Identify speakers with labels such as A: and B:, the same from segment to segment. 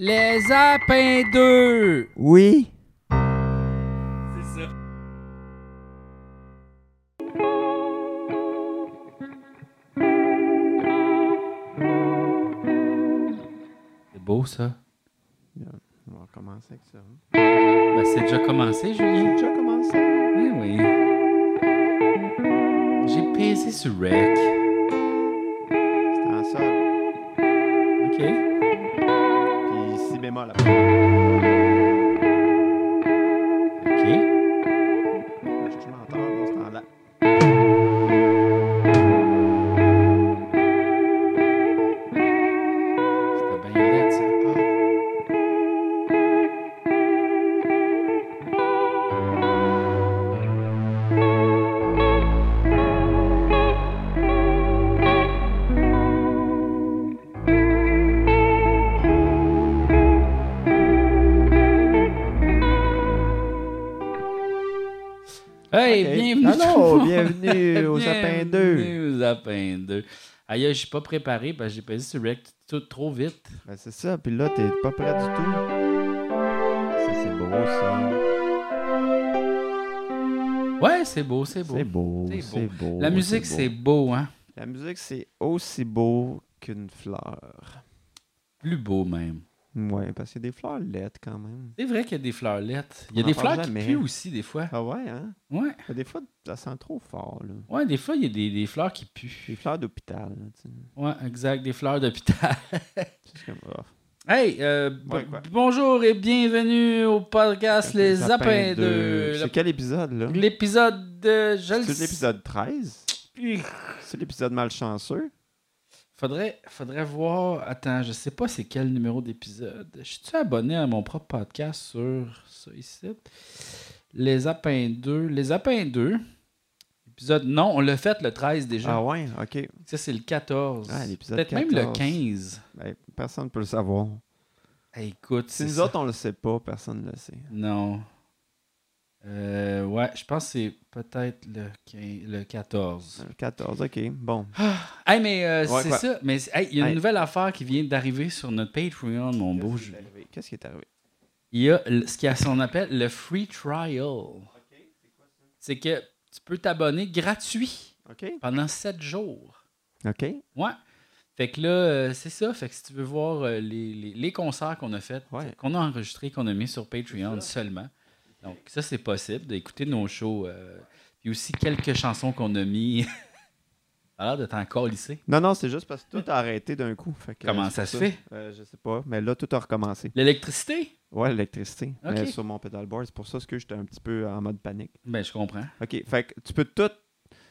A: Les Apins 2!
B: Oui.
A: C'est ça. C'est beau, ça.
B: On va commencer avec ça. hein.
A: Ben, c'est déjà commencé, Julien.
B: déjà commencé?
A: Oui, oui. J'ai pesé sur Rec.
B: C'était en sol.
A: OK.
B: Puis ben, si bémol après.
A: OK.
B: Je cherche mon mentor, bon, c'est en la.
A: C'était bien laid, ça.
B: Ah,
A: Hey,
B: ok.
A: bienvenue.
B: Allô, bienvenue aux Apins 2.
A: Bienvenue aux Apins 2. Aïe, je suis pas préparé parce que j'ai pesé sur Rec tout, tout- trop vite.
B: Ben c'est ça, puis là, t'es pas prêt du tout. Ça, c'est beau, ça.
A: Ouais, c'est beau, c'est beau.
B: C'est beau,
A: C'est
B: c'est beau.
A: La musique, c'est
B: beau.
A: beau, hein?
B: La musique, c'est aussi beau qu'une fleur.
A: Plus beau, même.
B: Ouais, parce qu'il y a des fleurs laides quand même.
A: C'est vrai qu'il y a des fleurlettes. Il y a
B: On
A: des
B: en parle
A: fleurs qui
B: jamais.
A: puent aussi, des fois.
B: Ah ouais, hein?
A: Ouais.
B: Ben, Des fois, ça sent trop fort, là.
A: Ouais, des fois, il y a des, des fleurs qui puent.
B: Des fleurs d'hôpital, là, tu sais.
A: Ouais, exact, des fleurs d'hôpital.
B: C'est comme, oh,
A: Hey, euh,
B: Ouais,
A: b-
B: quoi.
A: bonjour et bienvenue au podcast Les Apins
B: Apins
A: 2.
B: C'est quel épisode, là?
A: L'épisode de. Je le
B: C'est l'épisode 13?
A: sais.
B: C'est l'épisode malchanceux?
A: Faudrait, faudrait voir. Attends, je sais pas c'est quel numéro d'épisode. Je suis-tu abonné à mon propre podcast sur ça ici? Les Apins 2. Les Apins 2. Épisode. Non, on l'a fait le 13 déjà.
B: Ah ouais, ok.
A: Ça, c'est le 14.
B: Ah, l'épisode
A: Peut-être même le
B: 14.
A: 15.
B: Ben, personne ne peut le savoir.
A: Hey, écoute,
B: Si
A: c'est.
B: nous
A: ça.
B: autres, on le sait pas, personne ne le sait.
A: Non. Euh, ouais, je pense que c'est peut-être le, 15 le 14.
B: Le 14, Euh, ok. Bon.
A: Ah, Hey, mais euh,
B: Ouais,
A: c'est
B: quoi?
A: ça. Mais c'est- hey, il y a une
B: Hey.
A: nouvelle affaire qui vient d'arriver sur notre Patreon, mon beau.
B: Qu'est-ce qui
A: Julien.
B: est arrivé? Qu'est-ce qui est arrivé?
A: Il y a le- ce qu'on appelle le free trial. C'est que tu peux t'abonner gratuit
B: Ok?
A: pendant 7 jours.
B: Ok?
A: Ouais. Fait que là, euh, c'est ça. Fait que si tu veux voir euh, les, les- les concerts qu'on a fait,
B: Ouais.
A: qu'on a enregistrés, qu'on a mis sur Patreon seulement. Donc, ça, c'est possible d'écouter nos shows. euh, puis aussi quelques chansons qu'on a mis. Ça a l'air de t'en colisser.
B: Non, non, c'est juste parce que tout a arrêté d'un coup. Fait que,
A: Comment
B: euh, c'est
A: ça se
B: pour
A: fait?
B: Euh, je sais pas, mais là, tout a recommencé.
A: L'électricité?
B: Ouais, l'électricité.
A: Ok.
B: Mais sur mon pedalboard, c'est pour ça que j'étais un petit peu en mode panique.
A: Ben, je comprends.
B: Ok, fait que tu peux tout.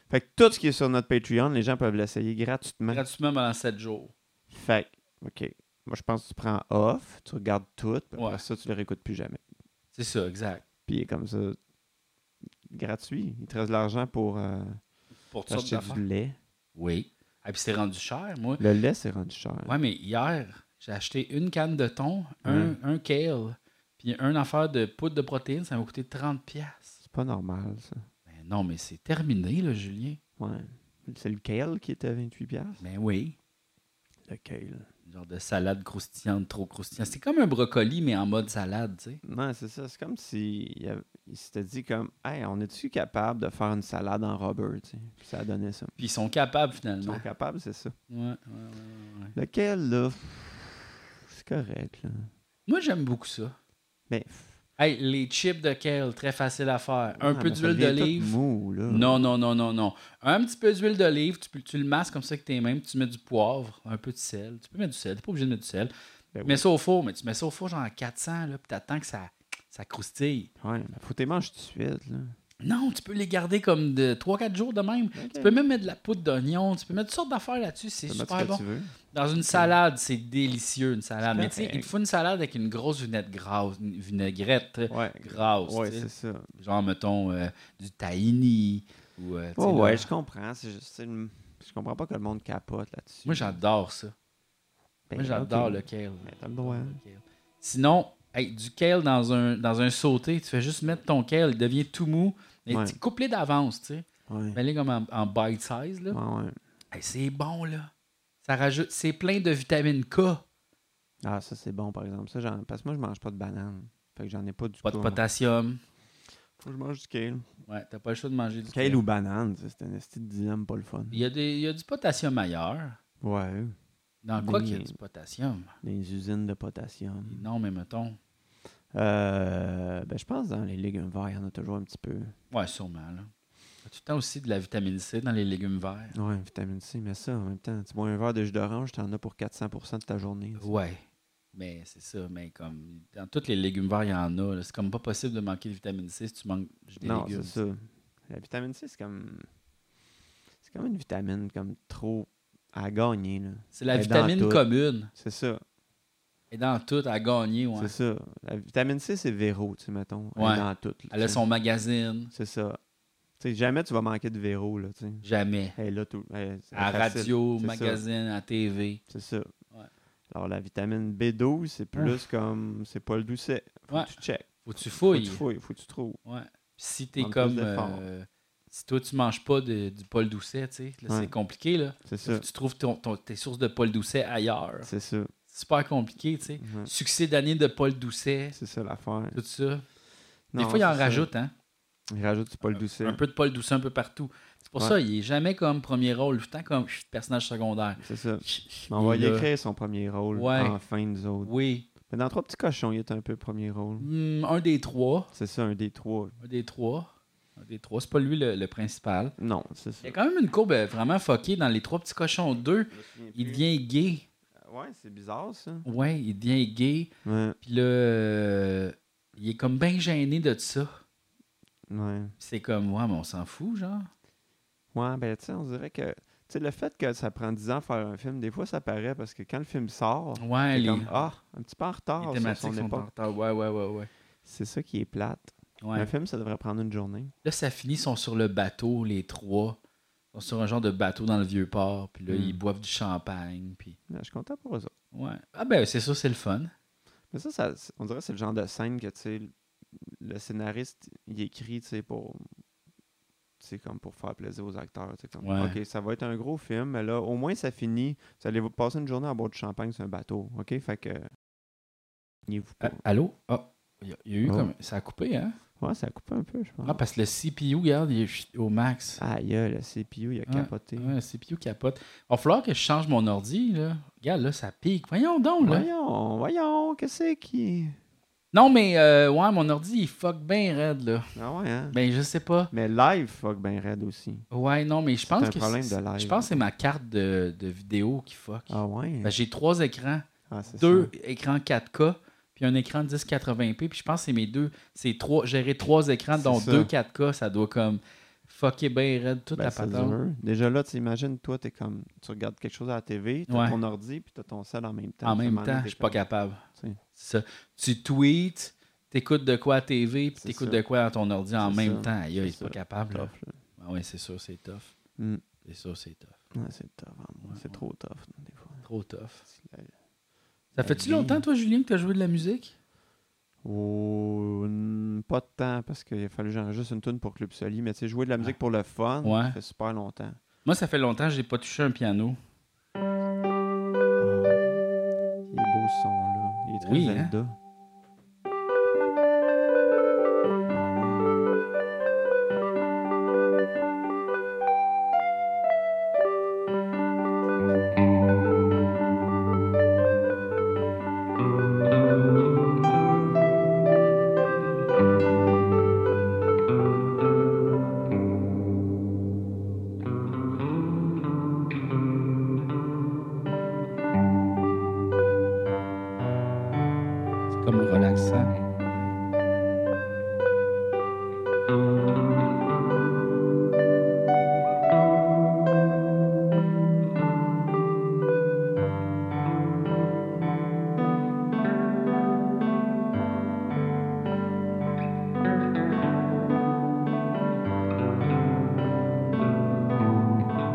B: Fait que tout ce qui est sur notre Patreon, les gens peuvent l'essayer gratuitement.
A: Gratuitement pendant 7 jours.
B: Fait que, OK. Moi, je pense que tu prends off, tu regardes tout, puis après
A: Ouais.
B: ça, tu le réécoutes plus jamais.
A: C'est ça, exact.
B: Puis comme ça, gratuit. Il te reste de l'argent pour euh,
A: Pour toutes sortes
B: acheter
A: d'affaires.
B: du lait.
A: Oui. Et puis, c'est rendu cher, moi.
B: Le lait, c'est rendu cher.
A: Ouais, mais hier, j'ai acheté une canne de thon, un, un kale, puis un affaire de poudre de protéines. Ça m'a coûté 30$. piastres.
B: C'est pas normal, ça.
A: Ben non, mais c'est terminé, là, Julien.
B: Ouais. C'est le kale qui était à 28 piastres?
A: Ben oui.
B: Le kale.
A: Une genre de salade croustillante, trop croustillante. C'est comme un brocoli, mais en mode salade, tu sais.
B: Non, c'est ça. C'est comme si il y a- il s'était dit comme, « Hey, on est-tu capable de faire une salade en rubber? » tu sais? Puis ça a donné ça.
A: Puis ils sont capables,
B: Ils
A: finalement.
B: sont capables, c'est ça.
A: Ouais, ouais, ouais, ouais, ouais.
B: Le kale, là, pff, c'est correct, là.
A: Moi, j'aime beaucoup ça.
B: Mais...
A: Hey, les chips de kale, très facile à faire. Un
B: ouais,
A: peu
B: Ah, mais ça
A: d'huile
B: devient tout
A: d'olive.
B: mou, là.
A: Non, non, non, non, non. Un petit peu d'huile d'olive, tu, peux- tu le masses comme ça avec tes mains, puis tu mets du poivre, un peu de sel. Tu peux mettre du sel, t'es pas obligé de mettre du sel.
B: Ben
A: mets ça au four, mais tu mets ça au four genre à 400, là, puis t'attends que ça, ça croustille.
B: Ouais, mais faut que t'es manges tout de suite, là.
A: Non, tu peux les garder comme de 3-4 jours de même. Tu peux même mettre de la poudre d'oignon, tu peux mettre toutes sortes d'affaires là-dessus, c'est
B: Tu peux mettre
A: super
B: ce que
A: bon.
B: tu veux.
A: Dans une salade, c'est délicieux, une salade.
B: C'est
A: Mais tu sais, il te
B: correct.
A: faut une salade avec une grosse vinaigrette grasse, une vinaigrette
B: Ouais,
A: grasse.
B: ouais
A: tu sais.
B: c'est ça.
A: genre, mettons, euh, du tahini. Ou, euh, tu sais,
B: Ouais,
A: là.
B: ouais, je comprends. C'est juste, c'est une- je comprends pas que le monde capote là-dessus.
A: Moi, j'adore ça.
B: Ben,
A: Moi, j'adore
B: ok.
A: le kale.
B: Mais t'as le droit.
A: Le kale. Sinon, hey, du kale dans un, dans un sauté, tu fais juste mettre ton kale, il devient tout mou. Mais
B: Ouais.
A: tu coupes les d'avance, tu sais.
B: Ouais.
A: Mets-les comme en, en bite size, là.
B: Ouais, ouais.
A: Hey, c'est bon, là. Ça rajoute. C'est plein de vitamine K.
B: Ah, ça, c'est bon, par exemple. Ça, j'en- Parce que moi, je mange pas de banane. Fait que j'en ai pas du
A: Pas de
B: tout.
A: potassium.
B: Faut que je mange du kale.
A: Ouais, t'as pas le choix de manger du
B: Kale ou banane, ça, c'est un esti de dilemme pas le fun.
A: Il y, a des, il y a du potassium ailleurs.
B: Ouais.
A: Dans quoi
B: Oui.
A: qu'il y a du potassium?
B: Des usines de potassium.
A: Non, mais mettons.
B: Euh, ben, je pense que dans les légumes verts, il y en a toujours un petit peu.
A: Ouais, sûrement. Là. T'as tout le temps aussi de la vitamine C dans les légumes verts.
B: Ouais, vitamine C, mais ça, en même temps, tu bois un verre de jus d'orange, t'en as pour 400% de ta journée. tu sais.
A: Ouais. Mais c'est ça, mais comme dans tous les légumes verts, il y en a. là. C'est comme pas possible de manquer de vitamine C si tu manques Oh, des
B: non,
A: légumes.
B: c'est ça. La vitamine C, c'est comme. C'est comme une vitamine comme trop à gagner, là.
A: C'est la
B: Mais dans
A: vitamine
B: tout.
A: commune.
B: C'est ça.
A: Et dans tout, elle a gagné, ouais.
B: C'est ça. La vitamine C, c'est véro, tu sais, mettons. Elle est
A: Ouais.
B: dans tout. là,
A: Elle a
B: tu sais.
A: son magazine.
B: C'est ça. Tu sais, jamais tu vas manquer de véro, là, tu sais.
A: Jamais.
B: Elle est là tout. elle- elle
A: À
B: est facile.
A: radio,
B: c'est ça.
A: magazine, à TV.
B: C'est ça.
A: Ouais. Hein.
B: Alors, la vitamine B12, c'est plus comme. C'est pas le doucet. Faut
A: Ouais.
B: que tu check.
A: Faut que tu
B: Faut que
A: fouilles.
B: tu fouilles. Faut que tu trouves.
A: Ouais. Puis si t'es
B: Prendre
A: comme.
B: plus d'efforts.
A: euh, si toi, tu manges pas de- du Paul Doucet, tu sais, là,
B: Ouais.
A: c'est compliqué, là.
B: C'est
A: Faut
B: ça.
A: que Tu trouves ton- ton- tes sources de Paul Doucet ailleurs.
B: C'est ça.
A: C'est super compliqué, tu sais.
B: Ouais.
A: Succès d'année de Paul Doucet,
B: C'est ça l'affaire.
A: tout ça.
B: Non,
A: Des fois, il en
B: c'est ça.
A: rajoute, hein.
B: Il rajoute du Paul Doucet.
A: Un peu de Paul Doucet un peu partout. C'est pour
B: Ouais.
A: ça, il est jamais comme premier rôle, tout le temps comme chut, personnage secondaire.
B: C'est ça.
A: Chut,
B: Mais on va
A: il
B: y
A: est là.
B: écrire son premier rôle.
A: Ouais.
B: Enfin, nous autres.
A: Oui.
B: Mais dans Trois Petits Cochons, il est un peu premier rôle.
A: Hum, un des trois.
B: C'est ça, un des trois.
A: Un des trois. Un des trois. C'est pas lui le, le principal.
B: Non, c'est
A: Il y
B: ça.
A: a quand même une courbe euh, vraiment foquée dans les trois petits cochons 2. Il devient gay.
B: Euh, Ouais, c'est bizarre, ça.
A: Ouais, il devient gay.
B: Ouais.
A: Puis là, euh, il est comme bien gêné de ça.
B: Ouais.
A: C'est comme, ouais, mais on s'en fout, genre.
B: Ouais, ben, tu sais, on dirait que. Tu sais, le fait que ça prend 10 ans faire un film, des fois, ça paraît parce que quand le film sort,
A: Ouais,
B: c'est
A: les,
B: comme, ah, un petit peu en
A: les
B: retard sur
A: thématiques
B: son
A: sont en
B: époque.
A: retard. Ouais, ouais, ouais, ouais.
B: C'est ça qui est plate.
A: Ouais.
B: Un film, ça devrait prendre une journée.
A: Là, ça finit, ils sont sur le bateau, les trois. Ils sont sur un genre de bateau dans le vieux port. Puis là,
B: Mm.
A: ils boivent du champagne. Puis...
B: Mais je suis content pour eux autres.
A: Ouais. Ah ben, c'est ça, c'est le fun.
B: Mais ça, ça c'est- on dirait que c'est le genre de scène que, tu sais, le scénariste, il écrit, tu sais, pour... C'est comme pour faire plaisir aux acteurs. tu sais, Comme,
A: Ouais.
B: OK, ça va être un gros film, mais là, au moins, ça finit. Vous allez vous passer une journée à boire du champagne sur un bateau, OK? Fait que... vous
A: Ah, allô? Ah, il y, a- il y a eu
B: Oh.
A: comme... Ça a coupé, hein?
B: Ouais, ça a coupé un peu, je pense.
A: Ah, parce que le CPU, regarde, il est chut- au max.
B: Aïe, le CPU, il a capoté.
A: Ouais, le CPU capote. Il va falloir que je change mon ordi, là. Regarde, là, ça pique. Voyons donc, là.
B: Voyons, voyons, qu'est-ce que c'est qui...
A: Non, mais, euh, ouais, mon ordi, il fuck bien raide, là.
B: Ah ouais, hein?
A: Ben, je sais pas.
B: Mais live, fuck ben raide aussi.
A: Ouais, non, mais je
B: C'est
A: pense
B: un
A: que
B: problème
A: c'est-
B: de live.
A: Je pense que c'est ma carte de, de vidéo qui fuck.
B: Ah ouais?
A: Ben, j'ai trois écrans,
B: Ah, c'est
A: deux écrans 4K, puis un écran 1080p, puis je pense que c'est mes deux, c'est trois, gérer trois écrans
B: C'est
A: dont
B: ça.
A: deux 4K, ça doit comme fucker bien raide toute
B: Ben,
A: la
B: c'est
A: patente.
B: dur. Déjà là, tu imagines, toi, t'es comme, tu regardes quelque chose à la TV, t'as
A: Ouais.
B: ton ordi, puis t'as ton sel en même temps.
A: En
B: Tu
A: même
B: demandes
A: temps,
B: des
A: je suis pas
B: commandes.
A: capable.
B: Tu sais.
A: C'est ça. Tu tweets, t'écoutes de quoi à TV, puis
B: C'est
A: t'écoutes
B: ça.
A: de quoi dans ton ordi en
B: C'est
A: même
B: ça.
A: temps. Aïe, aïe,
B: C'est
A: il est pas
B: ça.
A: capable. là.
B: Tough, là.
A: Ah oui, c'est sûr, c'est tough.
B: Mm.
A: C'est sûr, c'est tough.
B: Ouais, c'est tough. hein.
A: Ouais,
B: c'est trop tough, des fois.
A: Trop tough.
B: La-
A: Ça
B: la
A: fait-tu
B: vie.
A: longtemps, toi, Julien, que t'as joué de la musique?
B: Oh, n- pas de temps, parce qu'il a fallu que j'enregistre une tune pour Club Soli, mais tu sais, jouer de la musique pour le fun,
A: Ah. Ouais.
B: ça fait super longtemps.
A: Moi, ça fait longtemps que j'ai pas touché un piano.
B: Oh, Il est beau ce son-là. Il est très
A: Oui, hein?
B: Zelda.
A: C'est comme relaxant.
B: Ah,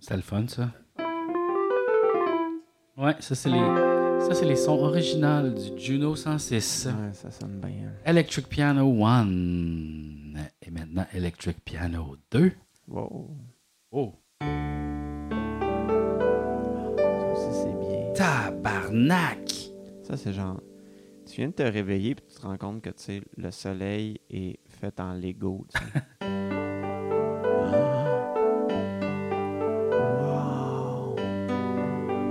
A: C'était le fun, ça. Ouais, ça, c'est les, ça, c'est les sons originaux du Juno 106.
B: Ouais, ça sonne bien.
A: Electric Piano 1. Et maintenant, Electric Piano 2.
B: Wow.
A: Oh,
B: Ça aussi, c'est bien.
A: tabarnak!
B: Ça, c'est genre. Tu viens de te réveiller puis tu te rends compte que tu sais, le soleil est fait en Lego. tu sais. Ah. Wow.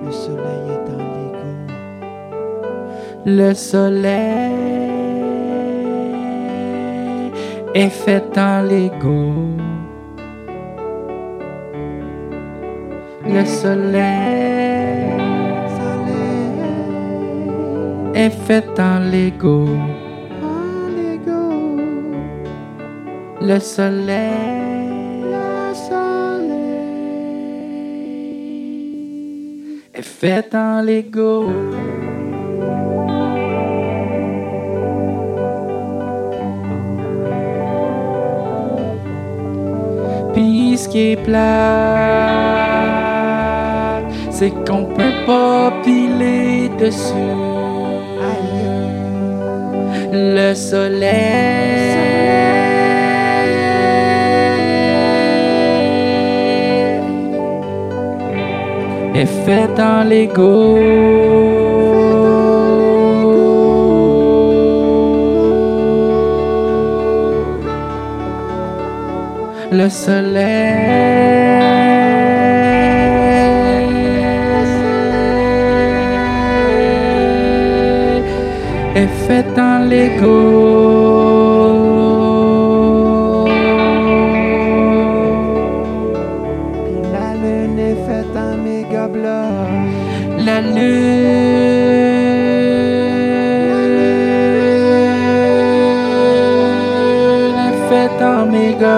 B: Le soleil est en Lego. Le soleil est fait en Lego. Le soleil, est fait en Lego. Le soleil, est fait en Lego.
A: Puis ce qui est plat, c'est qu'on peut pas piler dessus. Le soleil est fait dans l'ego. Le soleil est fait dans l'ego.
B: La lune est faite en méga bloc.
A: La lune est faite en méga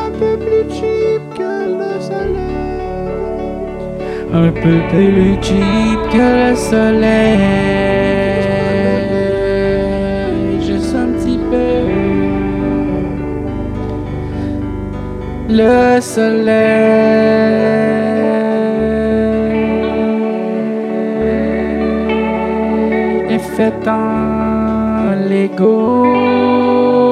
B: Un peu plus cheap que le soleil.
A: un peu plus cheap que le soleil. Juste un petit peu. Le soleil est fait en Lego.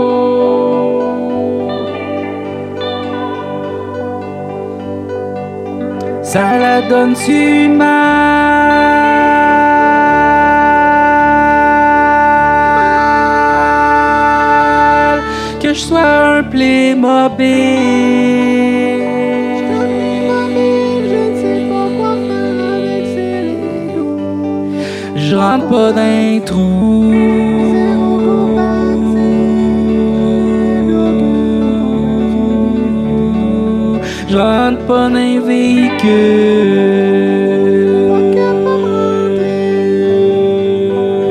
A: Ça la donne tu mal que je sois un Playmobil. Je rentre pas d'un trou. Je rentre pas d'un véhicule.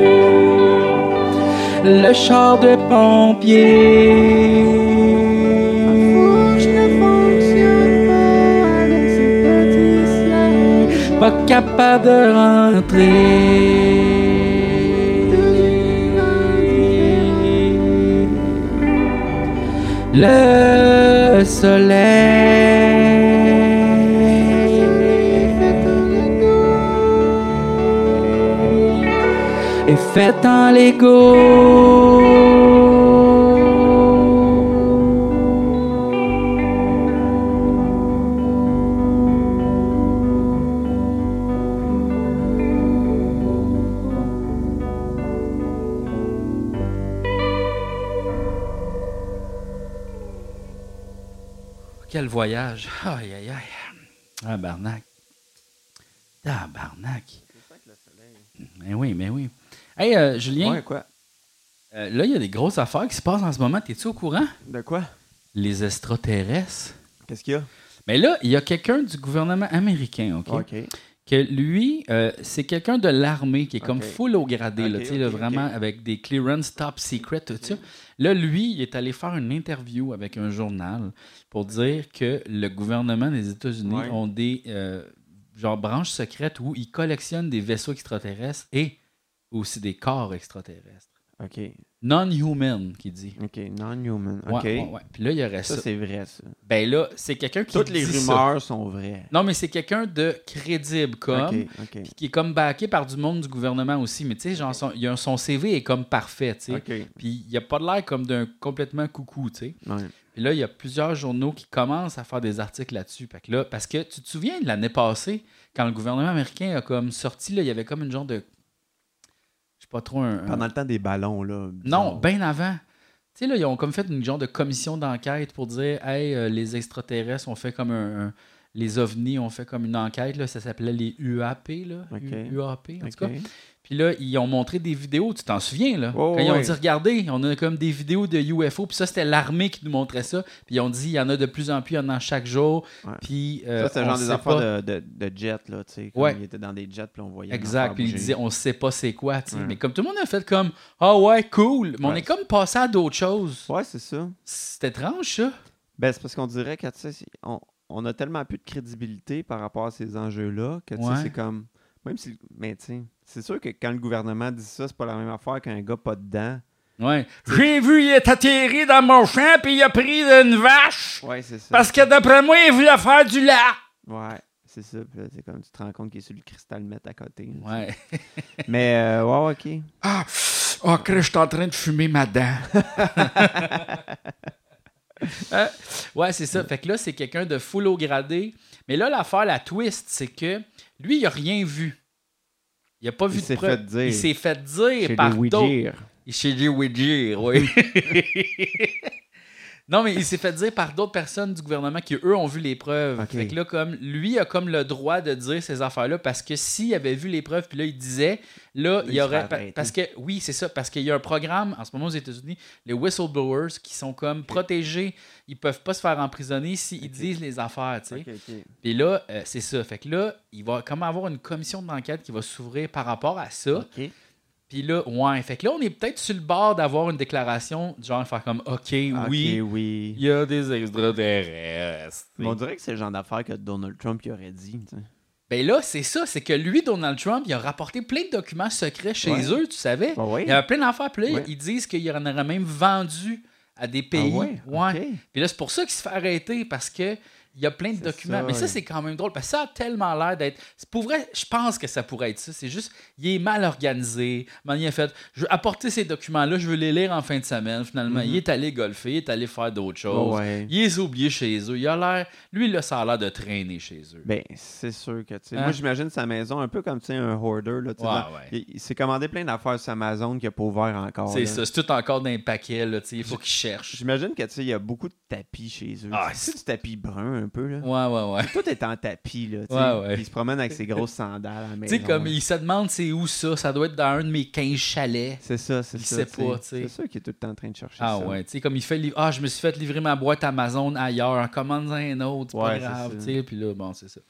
A: Le char de pompier. Pas capable de rentrer. Le soleil est fait en Lego. Quel voyage! Aïe, aïe, aïe. Ah, barnac. Ah, barnac. Mais oui, mais oui. Hey, euh, Julien,
B: Ouais, quoi?
A: euh, là, il y a des grosses affaires qui se passent en ce moment. T'es-tu au courant?
B: De quoi?
A: Les extraterrestres.
B: Qu'est-ce qu'il y a?
A: Mais là, il y a quelqu'un du gouvernement américain, OK?
B: OK.
A: Que lui, euh, c'est quelqu'un de l'armée qui est comme
B: OK.
A: full au gradé, là,
B: OK,
A: tu sais, là,
B: OK,
A: vraiment
B: OK.
A: avec des clearance top secret, tout ça. Là, lui, il est allé faire une interview avec un journal pour dire que le gouvernement des États-Unis
B: Ouais.
A: ont des euh, genre branches secrètes où ils collectionnent des vaisseaux extraterrestres et aussi des corps extraterrestres.
B: OK.
A: Non-human, qui dit.
B: OK. Non-human.
A: Ouais,
B: OK.
A: ouais, ouais. Puis là, il y aurait ça.
B: Ça, c'est vrai, ça.
A: Ben là, c'est quelqu'un qui.
B: Toutes les
A: dit ça.
B: rumeurs sont vraies.
A: Non, mais c'est quelqu'un de crédible, comme.
B: OK. OK.
A: Puis qui est comme backé par du monde du gouvernement aussi. Mais tu sais, genre, son, il a- son CV est comme parfait, tu sais.
B: OK. Ouais.
A: Puis il a pas de l'air comme d'un complètement coucou, tu sais. Puis là, il y a plusieurs journaux qui commencent à faire des articles là-dessus. Fait que là, parce que tu te souviens de l'année passée, quand le gouvernement américain a comme sorti, là, il y avait comme une genre de. Je sais pas trop un. un-
B: Pendant le temps des ballons, là.
A: Non,
B: bizarre.
A: bien avant. Tu sais, là, ils ont comme fait une genre de commission d'enquête pour dire Hey, euh, les extraterrestres ont fait comme un. un- les ovnis ont fait comme une enquête, là, ça s'appelait les UAP, là.
B: Ok.
A: U- UAP, en tout cas.
B: OK.
A: Puis là, ils ont montré des vidéos, tu t'en souviens, là?
B: Oh,
A: quand ils ont
B: ouais.
A: dit, regardez, on a comme des vidéos de UFO, puis ça, c'était l'armée qui nous montrait ça. Puis ils ont dit, il y en a de plus en plus, il y en a chaque jour.
B: Ouais.
A: Puis. euh,
B: Ça, c'est
A: on
B: genre des
A: sait
B: affaires
A: pas.
B: de, de, de jet, là, tu sais. comme
A: Ouais.
B: Ils étaient dans des jets, puis on voyait.
A: Exact. Puis
B: ils
A: ils disaient, on sait pas c'est quoi, tu sais.
B: Ouais.
A: Mais comme tout le monde a fait comme, ah ouais, cool. Mais on
B: Ouais.
A: est comme passé à d'autres choses.
B: Ouais, c'est ça.
A: C'est étrange, ça.
B: Ben, c'est parce qu'on dirait que, tu sais, si- on, on a tellement plus de crédibilité par rapport à ces enjeux-là que, tu sais,
A: Ouais.
B: c'est comme. Même si. le- Mais, tu sais, c'est sûr que quand le gouvernement dit ça, c'est pas la même affaire qu'un gars pas dedans.
A: Ouais. J'ai vu, il est atterri dans mon champ, puis il a pris une vache,
B: Ouais, c'est ça.
A: parce que d'après moi, il voulait faire du lard.
B: Ouais, c'est ça. Puis là, c'est comme tu te rends compte qu'il est sur le cristal mètre à côté. là.
A: Ouais.
B: Mais, euh, ouais, ouais, ok.
A: Ah, oh, que je suis en train de fumer ma dent. Euh, ouais, c'est ça. Fait que là, c'est quelqu'un de full au gradé. Mais là, l'affaire, la twist, c'est que lui, il a rien vu. Il a pas vu
B: Il
A: de
B: s'est
A: preuve.
B: fait dire.
A: Il s'est fait dire
B: Chez
A: par
B: les
A: d'autres.
B: Ouijirs.
A: Chez les Ouijirs, oui. non, mais il s'est fait dire par d'autres personnes du gouvernement qui, eux, ont vu les preuves.
B: Ok.
A: Fait que là, comme, lui a comme le droit de dire ces affaires-là parce que s'il avait vu les preuves, puis là, il disait, là, il y
B: Il
A: aurait.
B: serait arrêté.
A: Parce que, oui, c'est ça, parce qu'il y a un programme en ce moment aux États-Unis, les whistleblowers qui sont comme protégés, ils peuvent pas se faire emprisonner s'ils
B: Ok.
A: disent les affaires, tu sais.
B: Ok, ok.
A: Puis là, euh, c'est ça. Fait que là, il va comme avoir une commission d'enquête qui va s'ouvrir par rapport à ça.
B: Ok.
A: Puis là, ouais. Fait que là, on est peut-être sur le bord d'avoir une déclaration, du genre faire comme, OK, oui,
B: Ah, Ok, oui.
A: il y a des extraterrestres.
B: Mais on dirait que c'est le genre d'affaires que Donald Trump il aurait dit. tu sais.
A: Ben là, c'est ça, c'est que lui, Donald Trump, il a rapporté plein de documents secrets chez
B: Ouais.
A: eux, tu savais.
B: Ah ouais?
A: Il y a plein d'affaires, puis là,
B: Ouais.
A: ils disent qu'il en aurait même vendu à des pays.
B: Ah ouais?
A: Ouais.
B: Ok.
A: Puis là, c'est pour ça qu'il se fait arrêter, parce que il y a plein de
B: C'est
A: documents.
B: ça,
A: Mais ça,
B: ouais.
A: c'est quand même drôle, parce que ça a tellement l'air d'être... c'est Pour vrai, je pense que ça pourrait être ça. C'est juste, il est mal organisé. Man, il a fait, je veux apporter ces documents-là, je veux les lire en fin de semaine. Finalement, il est allé golfer, il est allé faire d'autres choses.
B: Mhm. Ah Ouais.
A: Il les a oubliés chez eux. Il a l'air... Lui, là, ça a l'air de traîner chez eux.
B: Ben, c'est sûr que, tu sais.
A: Hein?
B: Moi, j'imagine sa maison un peu comme, tu sais, un hoarder, là, tu sais,
A: Ouais,
B: dans-
A: ouais.
B: Il, il s'est commandé plein d'affaires sur Amazon qu'il n'a pas ouvert encore.
A: C'est
B: là.
A: ça, c'est tout encore dans les paquets, là, tu sais, il faut qu'ils cherchent.
B: J'imagine que, tu sais, il y a beaucoup de tapis chez eux.
A: Ah,
B: c'est du tapis brun, un peu, là.
A: Ouais, ouais, ouais.
B: Tout est en tapis, là, tu sais.
A: Ouais, ouais.
B: Puis Il se promène avec ses grosses sandales à la
A: Tu
B: maison.
A: sais, comme
B: là.
A: il se demande c'est où ça, ça doit être dans un de mes 15 chalets.
B: C'est ça, c'est
A: il
B: ça.
A: sait
B: tu sais.
A: pas, tu sais.
B: C'est sûr qu'il est tout le temps en train de chercher
A: Ah
B: ça.
A: ouais, tu sais, comme il fait livrer. Ah, je me suis fait livrer ma boîte Amazon ailleurs, commande un autre, c'est pas
B: Ouais, c'est
A: grave,
B: ça.
A: tu sais, puis là, bon, c'est ça.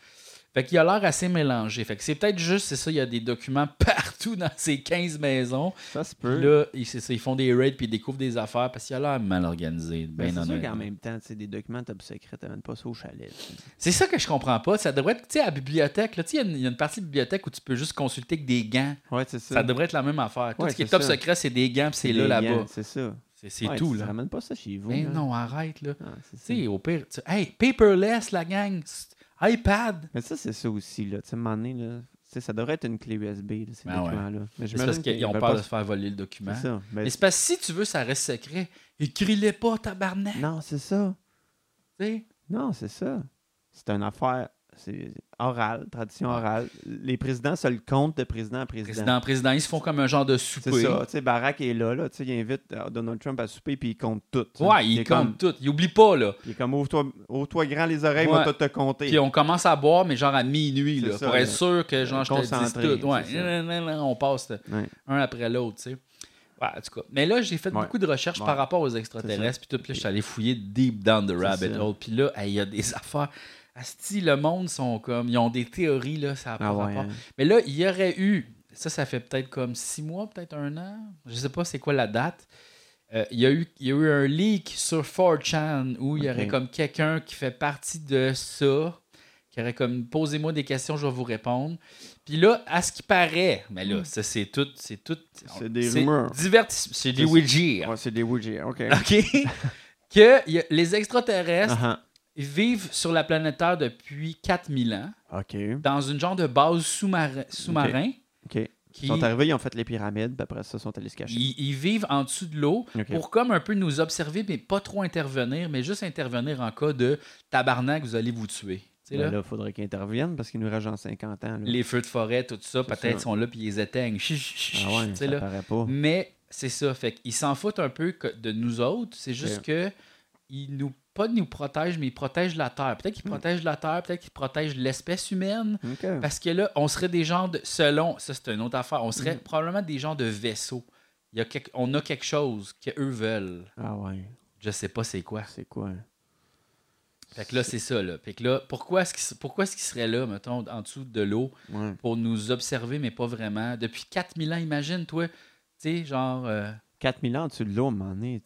A: Fait qu'il a l'air assez mélangé. Fait que c'est peut-être juste, c'est ça, il y a des documents partout dans ces 15 maisons.
B: Ça se
A: Puis
B: peut.
A: là, ils, c'est ça, ils font des raids puis ils découvrent des affaires parce qu'il a l'air mal organisé.
B: Ben,
A: Ben
B: c'est sûr
A: honnête.
B: qu'en même temps, tu sais, des documents top secrets, t'amènes pas ça au chalet. tu sais.
A: C'est ça que je comprends pas. Ça devrait être, tu sais, à la bibliothèque, là, tu sais, il y a une- il y, a une partie de bibliothèque où tu peux juste consulter avec des gants.
B: Ouais, c'est ça.
A: Ça devrait être la même affaire. Tout
B: Ouais,
A: ce qui est
B: c'est
A: top
B: ça.
A: secret, c'est des gants, puis c'est
B: Des
A: là, là-bas.
B: liens, C'est ça.
A: C'est c'est
B: Ouais,
A: tout,
B: tu- Tu
A: là.
B: ramènes pas ça chez vous.
A: Mais
B: là.
A: non, arrête, là.
B: Ah, c'est ça.
A: Tu sais, au pire, tu- hey, paperless, la gang, c'est- iPad.
B: Mais ça, c'est ça aussi, là. Tu sais, à un moment donné, là, tu sais, ça devrait être une clé USB, là, ces
A: Ben ouais.
B: documents-là. Mais
A: C'est parce qu'ils ont
B: veulent
A: peur
B: pas
A: de se faire voler le document.
B: C'est ça. Mais
A: Mais c'est parce que si tu veux, ça reste secret. Écris-les pas, tabarnak.
B: Non, c'est ça.
A: tu sais.
B: Non, c'est ça. C'est une affaire c'est orale, tradition orale. Les présidents se le comptent de président à président.
A: Ah. Président, président, ils se font comme un genre de
B: C'est
A: souper.
B: ça. Tu sais, Barack est là, là. Tu sais, il invite euh, Donald Trump à souper, puis il compte tout. tu sais.
A: Ouais,
B: il
A: ils
B: est
A: comptent
B: comme,
A: tout. Ils oublient pas, là.
B: Il est comme, ouvre-toi ouvre-toi grand les oreilles,
A: Ouais.
B: va tout te compter.
A: Puis on commence à boire, mais genre à minuit,
B: C'est
A: là,
B: ça,
A: pour
B: là.
A: être sûr que genre, je te dise
B: Concentré,
A: tout. Ouais.
B: c'est ça.
A: Nan, nan, nan, on passe euh,
B: Ouais.
A: un après l'autre, tu sais. Ouais, en tout cas. Mais là, j'ai fait
B: Ouais.
A: beaucoup de recherches
B: Ouais.
A: par rapport aux extraterrestres, puis tout, puis là, je suis allé fouiller deep down the
B: C'est
A: rabbit
B: ça.
A: hole, puis là, hey, il y a des affaires. Asti, le monde sont comme, ils ont des théories, là, ça n'a pas
B: Ah ouais,
A: rapport.
B: hein.
A: Mais là, il y aurait eu, ça, ça fait peut-être comme six mois, peut-être un an, je sais pas c'est quoi la date. Euh, il, y a eu, il y a eu un leak sur 4chan où il y
B: Ok.
A: aurait comme quelqu'un qui fait partie de ça qui aurait comme posez-moi des questions, je vais vous répondre. Puis là, à ce qui paraît, mais là, ça c'est tout, c'est tout.
B: Hmm. C'est des rumeurs.
A: divertissement. C'est des
B: C'est-
A: Ouija.
B: Ouais, c'est des Ouija, OK.
A: OK? que y a- les extraterrestres
B: Ah,
A: vivent sur la planète Terre depuis 4000 ans,
B: ah. OK.
A: dans une genre de base sous-marin. sous-marin
B: OK. Ils
A: qui,
B: sont arrivés, ils ont fait les pyramides, puis après ça, ils sont allés se cacher.
A: ils, ils vivent en dessous de l'eau
B: OK.
A: pour comme un peu nous observer, mais pas trop intervenir, mais juste intervenir en cas de tabarnak, vous allez vous tuer. Tu sais,
B: Ben
A: là,
B: là, il faudrait qu'ils interviennent parce qu'ils nous ragent en 50 ans. là.
A: les feux de forêt, tout ça,
B: Mm. C'est
A: peut-être
B: ça.
A: sont là puis ils éteignent. Chut, chut, chut,
B: Ah ouais,
A: tu sais,
B: ça
A: là.
B: paraît pas.
A: Mais c'est ça, fait qu'ils s'en foutent un peu que- de nous autres. C'est juste que ils nous pas nous protègent, mais ils protègent la Terre. Peut-être qu'ils
B: Mm.
A: protègent la Terre, peut-être qu'ils protègent l'espèce humaine.
B: OK.
A: Parce que là, on serait des genres de. Selon. Ça, c'est une autre affaire. On serait
B: Mm.
A: probablement des genres de vaisseaux. Il y a quelque- on a quelque chose qu'eux veulent.
B: Ah ouais,
A: Je sais pas c'est quoi.
B: c'est quoi?
A: Fait que là, c'est ça, là. Fait que là, pourquoi est-ce qu'ils pourquoi est-ce qu'ils seraient là, mettons, en dessous de l'eau,
B: Ouais.
A: pour nous observer, mais pas vraiment? Depuis 4000 ans, imagine, toi. Tu sais, genre. euh,
B: 4000 ans, tu de l'eau, m'en est.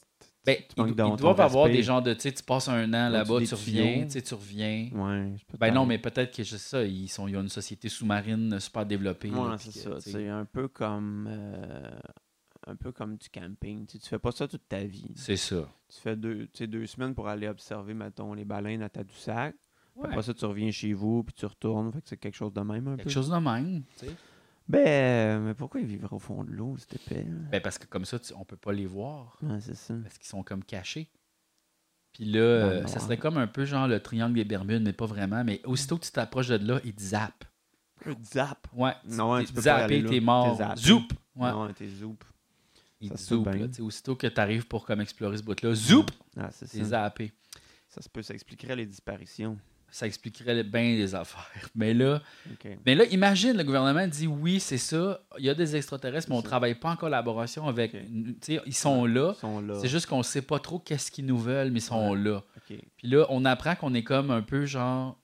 A: ben,
B: Tu
A: ils,
B: manques
A: ils
B: dans ton
A: doivent avoir
B: respect.
A: des genres de. Tu sais, tu passes un an
B: Ou
A: là-bas,
B: des
A: tu reviens,
B: tuyaux.
A: tu sais, tu reviens.
B: Ouais, je peux
A: Ben
B: te
A: non,
B: parler.
A: mais peut-être que c'est ça. Ils, sont, ils ont une société sous-marine euh, super développée. là,
B: Ouais,
A: puis
B: c'est
A: que,
B: ça.
A: tu sais,
B: C'est un peu comme. euh, un peu comme du camping. Tu, sais, tu fais pas ça toute ta vie.
A: C'est ça.
B: Tu fais deux, tu sais, deux semaines pour aller observer, mettons, les baleines à Tadoussac.
A: Ouais.
B: Après ça, tu reviens chez vous, puis tu retournes. Fait que c'est quelque chose de même un peu.
A: Quelque chose de même.
B: Ben, mais pourquoi ils vivraient au fond de l'eau, c'était épais? là?
A: Ben parce que comme ça, tu- on peut pas les voir.
B: Ouais, c'est ça.
A: Parce qu'ils sont comme cachés. Puis là, euh,
B: non,
A: ça
B: hein.
A: serait comme un peu genre le triangle des Bermudes, mais pas vraiment. Mais aussitôt que tu t'approches de là, ils te zappent.
B: Zap!
A: Ouais.
B: Non, ouais,
A: t'es
B: tu peux pas
A: zappé,
B: aller là.
A: t'es mort.
B: T'es zappé.
A: Zoup! Ouais.
B: Non, t'es zoop.
A: ils
B: ça
A: te
B: se peut
A: zoopent,
B: bien.
A: là. Tu sais, Aussitôt que tu arrives pour comme explorer ce bout-là, zoup!
B: Ah, c'est
A: T'es
B: ça.
A: zappé.
B: Ça se peut, ça expliquerait les disparitions.
A: Ça expliquerait bien les affaires. Mais là,
B: OK.
A: mais là, imagine, le gouvernement dit oui, c'est ça, il y a des extraterrestres, mais on
B: C'est ça.
A: travaille pas en collaboration avec.
B: Ok.
A: tu sais, Ils sont là.
B: Ils sont là.
A: C'est juste qu'on sait pas trop qu'est-ce qu'ils nous veulent, mais ils sont là.
B: OK.
A: Puis là, on apprend qu'on est comme un peu genre.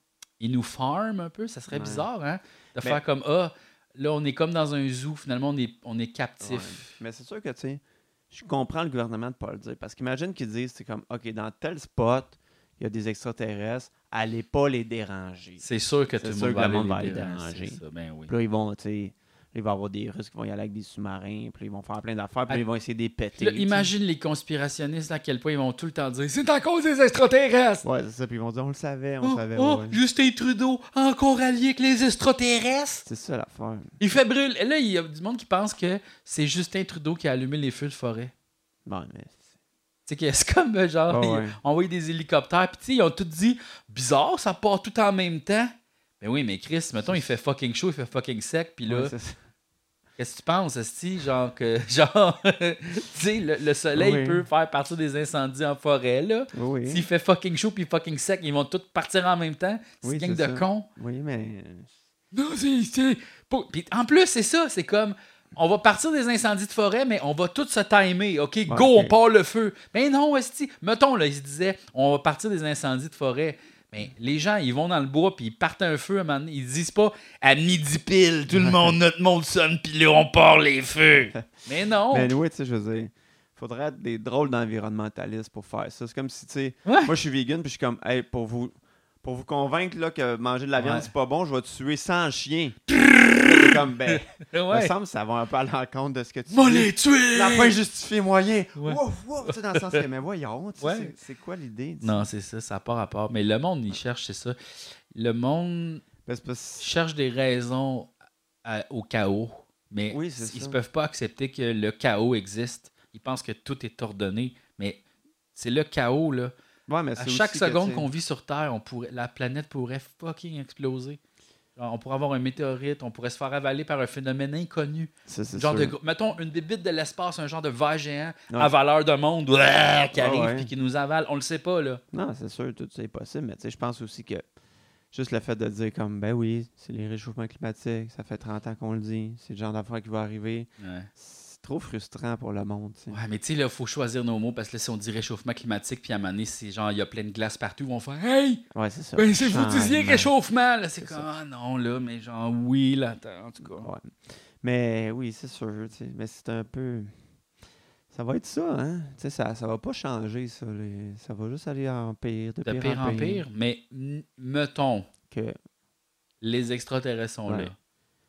A: Ils nous farment un peu. Ça serait
B: Ouais.
A: bizarre, hein? De
B: Mais-
A: faire comme Ah, là, on est comme dans un zoo. Finalement, on est, on est captif.
B: Ouais. Mais c'est sûr que, tu sais, je comprends le gouvernement de ne pas le dire. Parce qu'imagine qu'ils disent, c'est comme, OK, dans tel spot, il y a des extraterrestres, allez pas les déranger.
A: C'est sûr que
B: C'est
A: tout le
B: sûr
A: monde
B: que
A: va,
B: le monde va
A: aller
B: aller déranger.
A: c'est ça, ben oui.
B: Puis là, ils vont, tu sais, ils vont avoir des Russes qui vont y aller avec des sous-marins, puis là, ils vont faire plein d'affaires, puis
A: Ah.
B: là, ils vont essayer de les péter.
A: Puis là,
B: tu sais.
A: imagine les conspirationnistes à quel point ils vont tout le temps dire C'est à cause des extraterrestres!
B: Ouais, c'est ça, puis ils vont dire, on le savait, on
A: Oh,
B: le savait.
A: oh,
B: ouais.
A: Justin Trudeau, encore allié avec les extraterrestres!
B: C'est ça l'affaire.
A: Il fait brûler. Et Là, il y a du monde qui pense que c'est Justin Trudeau qui a allumé les feux de forêt.
B: Bon, mais.
A: C'est que c'est comme euh, genre,
B: Ah
A: ils
B: ouais.
A: ont envoyé des hélicoptères, puis tu sais, ils ont tout dit bizarre, ça part tout en même temps. Mais oui, mais Chris, mettons, il fait fucking chaud, il fait fucking sec, puis là,
B: Ouais, c'est ça.
A: qu'est-ce que tu penses, Asti? Genre, que, genre, tu sais, le, le soleil
B: Oui.
A: peut faire partir des incendies en forêt, là.
B: Oui,
A: S'il
B: oui.
A: fait fucking chaud puis fucking sec, ils vont tous partir en même temps. C'est
B: Oui,
A: gang de
B: c'est ça.
A: cons.
B: Oui, mais.
A: Non, c'est. c'est- Pou- Puis en plus, c'est ça, c'est comme. On va partir des incendies de forêt, mais on va tout se timer. OK, go, on
B: ok.
A: part le feu. Mais non, Esti. Mettons, là, ils se disaient, on va partir des incendies de forêt. Mais les gens, ils vont dans le bois, puis ils partent un feu à un moment donné. Ils disent pas à midi pile, tout le monde, notre monde sonne, puis là, on part les feux. Mais non.
B: Mais oui, tu sais, je veux dire, faudrait être des drôles d'environnementalistes pour faire ça. C'est comme si, tu sais,
A: Ouais.
B: moi je suis vegan, puis je suis comme, hey, pour vous, pour vous convaincre là, que manger de la viande
A: Ouais.
B: c'est pas bon, je vais tuer 100 chiens. C'est comme, ben, me
A: ouais.
B: semble que ça va un peu à l'encontre de ce que tu
A: Va
B: dis.
A: les tuer.
B: La fin justifie moyen.
A: Ouais.
B: Wouf, wouf, tu sais, dans le sens que, mais voyons, tu sais,
A: Ouais.
B: c'est- c'est quoi l'idée? tu sais?
A: Non, c'est ça, ça n'a pas rapport. Mais le monde, il cherche, c'est ça. Le monde
B: Ben, c'est parce-
A: cherchent des raisons à- au chaos, mais
B: Oui, c'est
A: ils ne
B: ça.
A: peuvent pas accepter que le chaos existe. Ils pensent que tout est ordonné, mais c'est le chaos. Là.
B: Ouais, mais
A: À
B: c'est
A: chaque
B: aussi que, tu
A: seconde
B: sais,
A: qu'on vit sur Terre, on pourrait, la planète pourrait fucking exploser. Genre, on pourrait avoir un météorite, on pourrait se faire avaler par un phénomène inconnu.
B: Ça, c'est
A: Genre
B: sûr.
A: de, gros- mettons une bibite de l'espace, un genre de ver géant,
B: Ouais.
A: avaleur de monde, ouah, qui
B: Ah
A: arrive
B: ouais.
A: puis qui nous avale. On le sait pas, là.
B: Non, c'est sûr, tout ça est possible, mais tu sais, je pense aussi que juste le fait de dire comme, ben oui, c'est les réchauffements climatiques, ça fait 30 ans qu'on le dit, c'est le genre d'affaires qui va arriver,
A: Ouais.
B: c'est trop frustrant pour le monde, tu sais.
A: Ouais, mais tu sais, là, faut choisir nos mots parce que là, si on dit réchauffement climatique, puis à un moment donné, c'est genre, il y a plein de glace partout, on fait Hey,
B: Ouais, c'est ça.
A: ben, si vous
B: Changement.
A: disiez réchauffement, là, c'est
B: Ah, C'est
A: comme
B: ça.
A: Ah non, là, mais genre, oui, là, attends, en tout cas.
B: Ouais. Mais oui, c'est sûr, tu sais, mais c'est un peu... Ça va être ça, hein? Tu sais, ça, ça va pas changer, ça. les- Ça va juste aller en pire, de,
A: De pire en pire, mais m- mettons
B: Que...
A: les extraterrestres sont
B: Ouais.
A: là.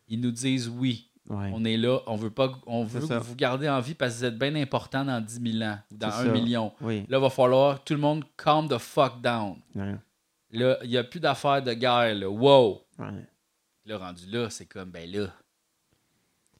A: Ils nous disent oui,
B: Ouais.
A: on est là, on veut pas, que- on
B: C'est
A: veut
B: ça.
A: que vous garder en vie parce que vous êtes bien important dans 10 000 ans ou dans
B: C'est
A: 1
B: ça.
A: million.
B: Oui.
A: Là, il va falloir tout le monde calm the fuck down.
B: Ouais.
A: Là, il n'y a plus d'affaires de guerre. Là. Wow!
B: Ouais.
A: Là, rendu là, c'est comme, ben là.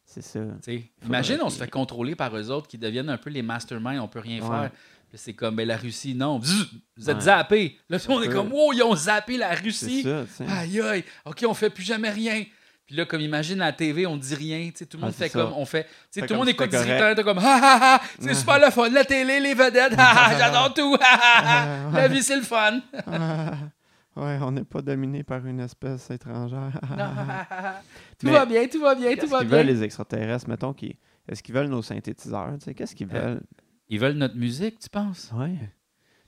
B: C'est ça.
A: tu sais.
B: Faudrait
A: Imagine, on
B: qu'il-
A: se fait contrôler par eux autres qui deviennent un peu les masterminds, on peut rien
B: Ouais.
A: faire. Puis C'est comme, ben la Russie, non, Zzz, vous êtes
B: Ouais.
A: zappés. Là, tout le monde est
B: Ouais.
A: comme, wow, ils ont zappé la
B: C'est
A: Russie.
B: ça, tu sais.
A: Aïe, aïe, ok, on fait plus jamais rien. Puis là, comme imagine à la TV, on dit rien. tu sais, Tout le
B: Ouais,
A: monde
B: Ah, c'est
A: fait
B: ça.
A: comme on fait. tu sais,
B: Fait
A: Tout le monde
B: comme
A: écoute
B: c'était
A: directeur, t'es comme ha ha ha, c'est super le fun, la télé, les vedettes, ha ha, j'adore tout, ha ha ha, la vie c'est le fun.
B: Ah, ouais, on n'est pas dominé par une espèce étrangère.
A: Non, ha, ha, ha. Tout
B: Mais
A: va bien, tout va bien, tout
B: Qu'est-ce
A: va
B: qu'ils
A: bien.
B: veulent, les extraterrestres? Mettons qu'ils. Est-ce qu'ils veulent nos synthétiseurs? tu sais? Qu'est-ce qu'ils
A: Euh,
B: veulent?
A: Ils veulent notre musique, tu penses?
B: Ouais.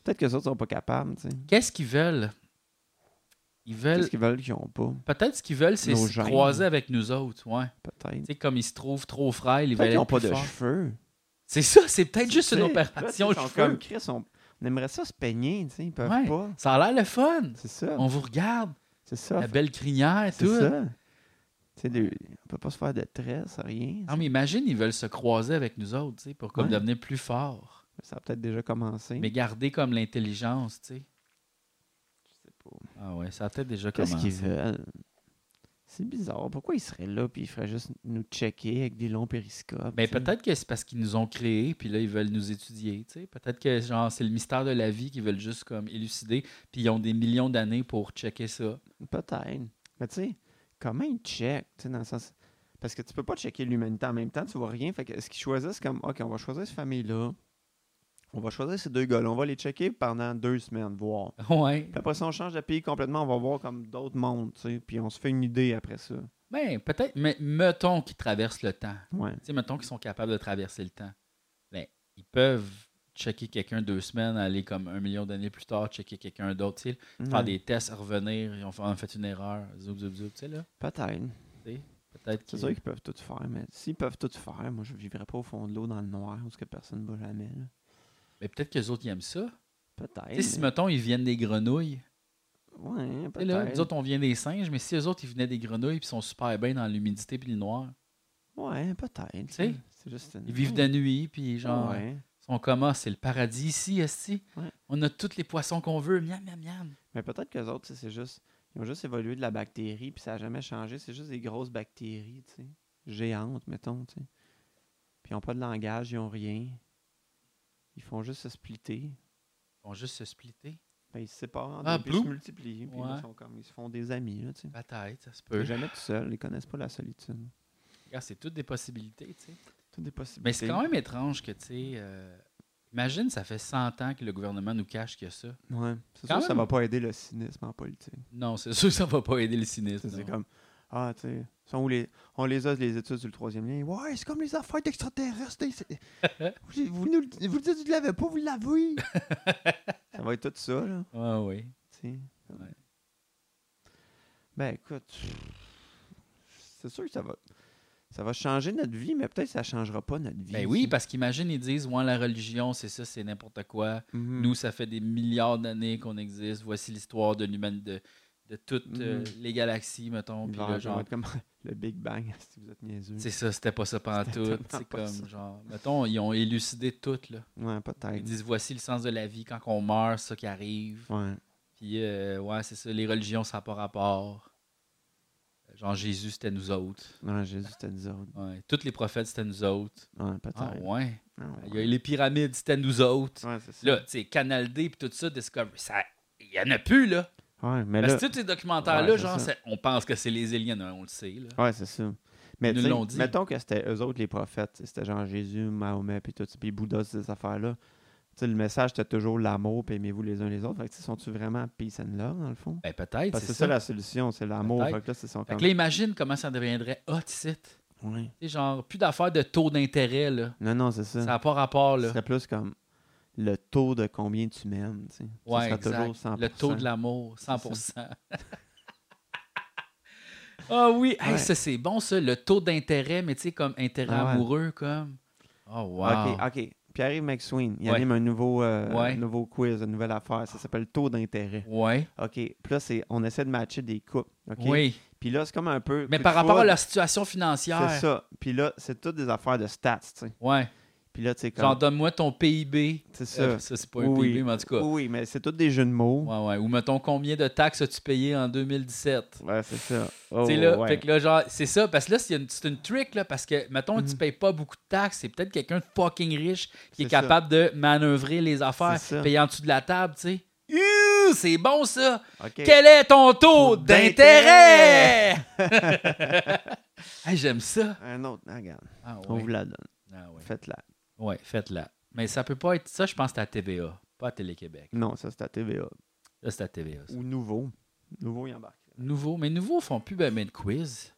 B: Peut-être que les autres sont pas capables. tu sais.
A: Qu'est-ce qu'ils veulent? Ils veulent.
B: Qu'est-ce qu'ils veulent qu'ils n'ont pas?
A: Peut-être ce qu'ils veulent, c'est
B: Nos
A: se
B: gènes.
A: croiser avec nous autres. Ouais. Tu
B: Peut-être.
A: sais, comme ils se trouvent trop frêles, ils
B: Peut-être
A: veulent
B: qu'ils n'ont
A: être
B: pas
A: plus
B: de
A: forts.
B: cheveux.
A: C'est ça, c'est peut-être juste une
B: Tu sais, là,
A: opération
B: ils sont
A: cheveux.
B: comme Chris, on, on aimerait ça se peigner. tu sais, Ils peuvent
A: Ouais.
B: pas.
A: Ça a l'air le fun.
B: C'est ça.
A: On vous regarde,
B: C'est ça.
A: la belle crinière,
B: Ah. C'est
A: tout.
B: ça. Tu sais, le- on peut pas se faire de tresses, rien.
A: Non, mais imagine, ils veulent se croiser avec nous autres, tu sais, pour comme
B: Ouais.
A: devenir plus forts.
B: Ça a peut-être déjà commencé.
A: Mais garder comme l'intelligence, tu sais.
B: Je sais pas.
A: Ah ouais, ça a peut-être déjà
B: Qu'est-ce
A: commencé.
B: qu'ils veulent? C'est bizarre. Pourquoi ils seraient là puis ils feraient juste nous checker avec des longs périscopes?
A: Mais
B: tu sais?
A: Ben, peut-être que c'est parce qu'ils nous ont créés, puis là, ils veulent nous étudier. tu sais. Peut-être que genre c'est le mystère de la vie qu'ils veulent juste comme élucider, puis ils ont des millions d'années pour checker ça.
B: Peut-être. Mais tu sais, comment ils checkent? tu sais, Dans le sens... Parce que tu peux pas checker l'humanité en même temps, tu vois rien. Fait que ce qu'ils choisissent comme OK, on va choisir cette famille-là. On va choisir ces deux gars-là. On va les checker pendant deux semaines, voir.
A: Ouais.
B: Puis après ça, on change de pays complètement, on va voir comme d'autres mondes, tu sais. Puis on se fait une idée après ça.
A: Ben, peut-être, mais mettons qu'ils traversent le temps.
B: Ouais.
A: Tu sais, mettons qu'ils sont capables de traverser le temps. Ben, ils peuvent checker quelqu'un deux semaines, aller comme un million d'années plus tard, checker quelqu'un d'autre, tu sais, faire
B: Ouais.
A: Ah, des tests, revenir, ils ont fait, on a fait une erreur, zoup, zoup, zoup, tu sais, là.
B: Peut-être.
A: Peut-être
B: C'est
A: qu'ils-
B: sûr qu'ils peuvent tout faire, mais s'ils peuvent tout faire, moi je vivrais pas au fond de l'eau dans le noir où ce que personne ne va jamais. là.
A: Mais peut-être que les autres, ils aiment ça. Tu sais,
B: Peut-être.
A: si,
B: mais-
A: mettons, ils viennent des grenouilles,
B: Ouais,
A: Tu sais, là, nous
B: peut-être.
A: autres, on vient des singes, mais si eux autres, ils venaient des grenouilles puis ils sont super bien dans l'humidité puis le noir,
B: Ouais, peut-être.
A: sais,
B: c'est juste une-
A: ils vivent de nuit puis genre,
B: Mm. Ouais.
A: ils sont comme, Ah, c'est le paradis ici, esti.
B: Ouais.
A: On a tous les poissons qu'on veut, miam, miam, miam.
B: Mais peut-être que les autres, tu sais, c'est juste. Ils ont juste évolué de la bactérie, puis ça n'a jamais changé. C'est juste des grosses bactéries, tu sais. Géantes, mettons, tu sais. Puis ils n'ont pas de langage, ils n'ont rien. Ils font juste se splitter.
A: Ils vont juste se splitter.
B: Ben, ils se séparent en
A: Ah,
B: deux, puis ils se
A: blou.
B: multiplient. Puis
A: Ouais.
B: ils, sont comme, ils se font des amis, là, tu sais.
A: Bataille, ça se
B: Ils sont
A: peut.
B: jamais tout seuls, ils connaissent pas la solitude.
A: Regarde, Ah, c'est toutes des possibilités, tu sais.
B: Tout des
A: Mais
B: possibilités.
A: c'est quand même étrange que, tu sais, euh, imagine, ça fait 100 ans que le gouvernement nous cache que ça.
B: Ouais. C'est sûr
A: Quand
B: que ça
A: même.
B: va pas aider le cynisme en politique.
A: Non, c'est sûr que ça va pas aider le cynisme.
B: C'est c'est
A: non.
B: comme. Ah, tu sais. Sont où les, on les a, les études sur le troisième lien. Ouais, c'est comme les affaires d'extraterrestres. t'sais, c'est- vous, vous, nous, le- vous le dites, vous ne l'avez pas, vous l'avez. ça va être tout ça, là.
A: Ah oui.
B: t'sais.
A: Ouais.
B: Ben, écoute. C'est sûr que ça va. Ça va changer notre vie, mais peut-être que ça changera pas notre vie.
A: Ben oui,
B: t'sais.
A: parce qu'imagine, ils disent, ouais, la religion, c'est ça, c'est n'importe quoi.
B: Mhm.
A: Nous, ça fait des milliards d'années qu'on existe. Voici l'histoire de l'humanité, de, de toutes euh,
B: Mhm.
A: les galaxies, mettons. Puis
B: Genre,
A: là,
B: ça va
A: genre,
B: être comme le Big Bang, si vous êtes niaiseux.
A: c'est ça, c'était pas ça pendant tout.
B: tellement
A: C'est
B: pas
A: comme,
B: ça.
A: genre, mettons, ils ont élucidé tout, là.
B: Ouais,
A: Ils
B: peut-être.
A: disent, voici le sens de la vie, quand on meurt, ça qui arrive.
B: Ouais.
A: Puis, euh, ouais, c'est ça, les religions, ça n'a pas rapport. Euh, Genre, Jésus, c'était nous autres.
B: Non, Jésus, oh, c'était nous autres.
A: Ouais, Tous les prophètes, c'était nous autres.
B: Ouais, peut-être.
A: Ah, ouais.
B: Ah, ouais.
A: Il y a les pyramides, c'était nous autres.
B: Ouais, c'est ça.
A: Là, tu sais, Canal D, puis tout ça, Discovery, ça... Il n'y en a plus, là.
B: Ouais, mais
A: Parce
B: là.
A: que tous ces documentaires-là,
B: Ouais, c'est
A: genre,
B: ça.
A: c'est- on pense que c'est les aliens, hein, on le sait. Là.
B: Ouais, c'est ça. Mais
A: Ils nous
B: tu sais,
A: l'ont dit.
B: mettons que c'était eux autres les prophètes, tu sais, c'était genre Jésus, Mahomet, puis tout ça, puis Bouddha, ces affaires-là. Tu sais, le message, c'était toujours l'amour, puis aimez-vous les uns les autres. Fait que, tu sais, sont-tu vraiment peace and love, dans le fond?
A: Ben, peut-être,
B: Parce
A: c'est
B: que c'est
A: ça.
B: ça la solution, c'est l'amour.
A: Peut-être.
B: Fait que là, c'est son
A: Fait
B: comme...
A: que là, imagine comment ça deviendrait hot, site.
B: Ouais.
A: Tu sais, genre, plus d'affaires de taux d'intérêt, là.
B: Non, non, c'est
A: Ça
B: ça.
A: n'a pas rapport,
B: Ce
A: là.
B: serait plus comme le taux de combien tu m'aimes, tu sais. Ça
A: Ouais,
B: serait
A: exact.
B: toujours 100%.
A: Le taux de l'amour, 100%. Ah oui, hey,
B: Ouais.
A: ça c'est bon ça, le taux d'intérêt, mais tu sais, comme intérêt
B: Ah ouais.
A: amoureux, comme. Oh wow.
B: OK, ah, OK. Pierre-Yves McSween, il
A: Ouais.
B: anime un nouveau, euh,
A: Ouais.
B: un nouveau quiz, une nouvelle affaire. Ça s'appelle Taux d'intérêt.
A: Ouais.
B: OK. Puis là, c'est, on essaie de matcher des couples. OK?
A: Oui.
B: Puis là, c'est comme un peu.
A: Mais
B: coup
A: par
B: de
A: rapport à
B: foudre,
A: leur situation financière.
B: C'est ça. Puis là, c'est toutes des affaires de stats, tu sais.
A: Ouais.
B: Puis là, tu sais,
A: Genre,
B: comme.
A: donne-moi ton PIB.
B: C'est ça.
A: Euh, ça, c'est pas un
B: Oui,
A: PIB, mais en tout cas.
B: Oui, oui, mais c'est toutes des jeux de mots.
A: Ouais, ouais. Ou mettons, combien de taxes as-tu payé en 2017?
B: Ouais, c'est
A: Tu
B: ça.
A: sais,
B: Oh,
A: là,
B: ouais.
A: fait que là, genre, c'est ça, parce que là, c'est une, c'est une trick, là, parce que, mettons, tu
B: Mhm.
A: payes pas beaucoup de taxes, c'est peut-être quelqu'un de fucking riche qui est,
B: C'est ça.
A: capable de manœuvrer les affaires,
B: C'est ça.
A: payer en dessous de la table, tu sais. Huu, C'est bon, ça!
B: OK.
A: Quel est ton taux
B: Taux
A: d'intérêt? Hey, J'aime ça.
B: Un autre, Ah, regarde.
A: Ah
B: On
A: ouais.
B: vous la donne.
A: Ah ouais.
B: Faites-la.
A: Ouais, faites-la. Mais ça peut pas être. Ça, je pense que c'est à TVA, pas à Télé-Québec.
B: Non, ça, c'est à TVA.
A: Là, c'est à TVA. ça.
B: Ou nouveau. Nouveau, il embarque.
A: Nouveau. Mais nouveaux font plus ben, ben de quiz.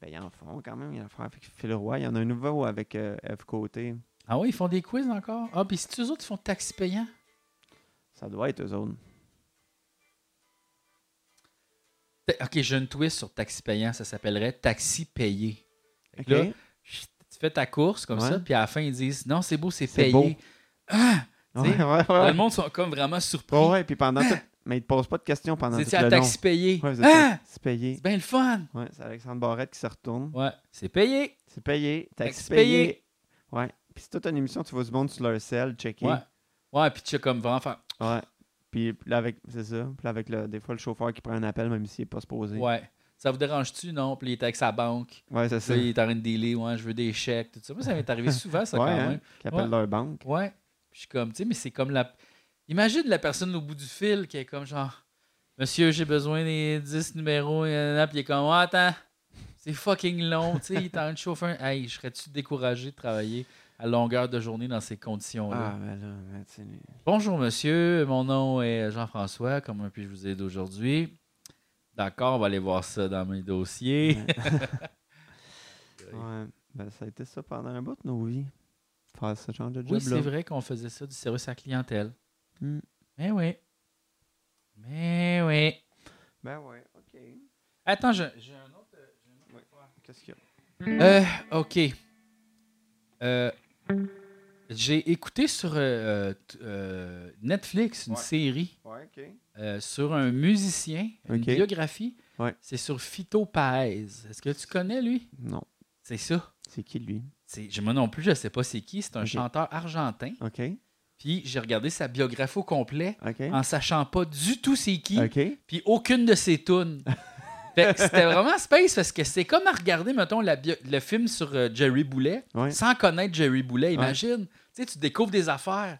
B: Ben, ils en font quand même. Il y en a un avec Phil Roy. Il y en a un nouveau avec euh, F. Côté.
A: Ah ouais, ils font des quiz encore? Ah, puis c'est eux autres qui font taxi payant?
B: Ça doit être eux autres.
A: Ta- Ok, j'ai une twist sur taxi payant, ça s'appellerait taxi payé. Fait
B: OK.
A: que là, chut, tu fais ta course comme
B: Ouais.
A: ça, puis à la fin, ils disent non, c'est beau, c'est
B: C'est
A: payé.
B: beau.
A: tu
B: Ouais,
A: sais,
B: ouais, ouais.
A: Le monde sont comme vraiment surpris.
B: Ouais, ouais, puis pendant tout. Mais ils te posent pas de questions pendant
A: c'est
B: tout
A: c'est à
B: le
A: taxi
B: long.
A: payé.
B: Ouais, vous êtes
A: Ah!
B: c'est payé.
A: c'est bien le fun.
B: Ouais, c'est Alexandre Barrette qui se retourne.
A: Ouais, c'est payé.
B: C'est payé.
A: Taxi
B: Taxi
A: payé.
B: payé. Ouais. Puis c'est toute une émission, tu vois du monde sur leur sel, checker.
A: Ouais. Ouais, puis tu as comme vraiment faire.
B: Ouais. Puis là, avec, c'est ça. Puis là, avec le, des fois, le chauffeur qui prend un appel, même s'il n'est pas supposé. Ouais,
A: Ouais. Ça vous dérange-tu? Non. Puis il était avec sa banque.
B: c'est
A: Puis
B: ça.
A: là, il est en train de dealer. Ouais, je veux des chèques. Tout ça. Moi, ça m'est arrivé souvent, ça,
B: ouais,
A: quand
B: hein,
A: même.
B: Qui appellent
A: Ouais.
B: leur banque.
A: Ouais. Puis Je suis comme, tu sais, mais c'est comme la. Imagine la personne au bout du fil qui est comme genre Monsieur, j'ai besoin des 10 numéros, et puis il est comme Ah, attends, c'est fucking long, tu sais, il est en train de chauffer un. Hey, je serais-tu découragé de travailler à longueur de journée dans ces conditions-là?
B: Ah, ben là, ben, tu sais, les-
A: Bonjour monsieur, mon nom est Jean-François, comment puis-je vous aider aujourd'hui? D'accord, on va aller voir ça dans mes dossiers.
B: ouais. Ben, ça a été ça pendant un bout de nos vies. Faire ce genre de
A: Oui,
B: job-là.
A: c'est vrai qu'on faisait ça du service à la clientèle. Mm.
B: Hmm.
A: Mais oui. Mais oui.
B: Ben ouais, OK.
A: Attends, j'ai j'ai un autre. euh, j'ai un autre
B: Ouais.
A: affaire.
B: Qu'est-ce qu'il y a?
A: Euh, OK. Euh, j'ai écouté sur euh, t- euh, Netflix une
B: Ouais.
A: série
B: Ouais, OK.
A: euh, sur un musicien, une
B: OK.
A: biographie.
B: Ouais.
A: C'est sur Fito Paez. Est-ce que tu connais lui?
B: Non.
A: C'est ça.
B: C'est qui, lui?
A: C'est- je- Moi non plus, je ne sais pas c'est qui. C'est un
B: OK.
A: chanteur argentin.
B: OK.
A: Puis j'ai regardé sa biographie au complet
B: OK.
A: en sachant pas du tout c'est Ah, qui.
B: OK.
A: puis aucune de ses tunes. Fait que c'était vraiment space parce que c'est comme à regarder, mettons, la bio- le film sur euh, Jerry Boulet
B: Ouais.
A: sans connaître Jerry Boulet, imagine. Tu sais, tu découvres des affaires.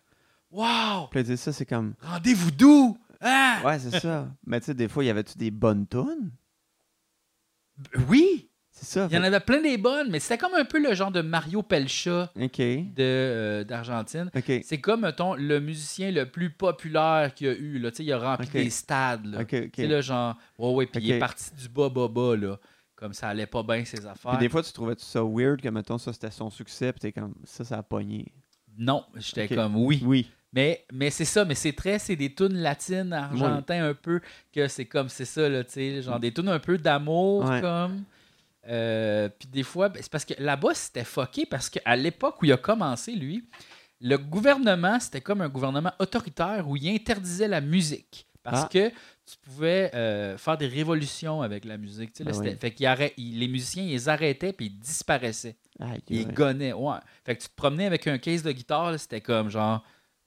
A: Wow!
B: Puis là, dire ça, c'est comme.
A: Rendez-vous d'où? Ah!
B: Ouais, c'est ça. Mais tu sais, des fois, il y avait-tu des bonnes tonnes?
A: Oui!
B: C'est ça.
A: Il y en avait plein des bonnes, mais c'était comme un peu le genre de Mario Pelcha
B: fait-
A: de, euh, d'Argentine.
B: OK. OK.
A: C'est comme, mettons, le musicien le plus populaire qu'il y a eu. Là. Tu sais, Il a rempli
B: Ok.
A: des stades. Là.
B: OK. OK.
A: Tu sais, là, genre, ouais, ouais, puis il est
B: Ok.
A: parti du bas, bas, bas. Là. Comme ça allait pas bien ses affaires.
B: Puis des fois, tu trouvais ça weird que, mettons, ça, c'était son succès, puis t'es comme, ça, ça a pogné.
A: Non, j'étais
B: Ok.
A: comme oui.
B: Oui.
A: Mais, mais c'est ça, mais c'est très, c'est des tunes latines, argentins un peu, que c'est comme, c'est ça, là, tu sais, genre des tunes un peu d'amour,
B: Mm. Ouais.
A: comme. Euh, Puis des fois, ben, c'est parce que là-bas, c'était fucké, parce qu'à l'époque où il a commencé, lui, le gouvernement, c'était comme un gouvernement autoritaire où il interdisait la musique. Parce
B: Ah.
A: que tu pouvais euh, faire des révolutions avec la musique. tu sais, là,
B: Ah oui.
A: c'était- Fait qu'il arrêt- il- les musiciens, ils les arrêtaient puis ils disparaissaient.
B: Aïe,
A: Il
B: aïe.
A: gonnait, ouais. Fait que tu te promenais avec un case de guitare, là, c'était comme genre.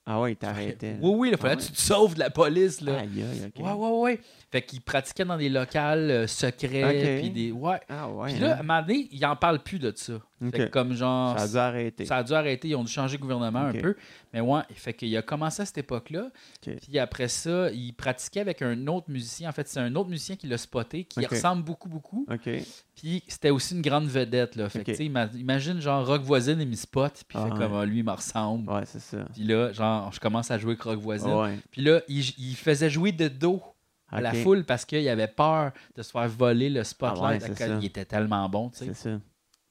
B: Ah ouais, il t'arrêtait.
A: Oui, oui, il fallait
B: Ah
A: que
B: ouais.
A: tu te sauves de la police, là.
B: Aïe, aïe, OK.
A: Ouais, ouais, ouais. Fait qu'il pratiquait dans des locales euh, secrets,
B: Ok.
A: puis des. Ouais.
B: Ah ouais.
A: Puis là, à un
B: hein.
A: moment donné, il en parle plus de ça.
B: OK.
A: Fait que comme genre.
B: ça a dû arrêter.
A: Ça a dû arrêter, ils ont dû changer de gouvernement
B: Ok.
A: un peu. Mais ouais, fait qu'il a commencé à cette époque-là.
B: Ok.
A: Puis après ça, il pratiquait avec un autre musicien. En fait, c'est un autre musicien qui l'a spoté, qui
B: Ok.
A: ressemble beaucoup, beaucoup.
B: OK.
A: Puis c'était aussi une grande vedette. Là. Fait que,
B: Ok.
A: tu sais, ima- imagine, genre, Rock Voisine et Miss Pot, puis
B: Ah
A: fait
B: ouais.
A: comme Ah, lui, il me ressemble.
B: Ouais, c'est ça.
A: Puis là, genre, je commence à jouer avec Rock Voisine.
B: Ouais.
A: Puis là, il, il faisait jouer de dos à la
B: OK.
A: foule parce qu'il avait peur de se faire voler le spotlight.
B: Ah ouais, c'est
A: à quel-
B: ça.
A: il était tellement bon, tu sais.
B: C'est ça.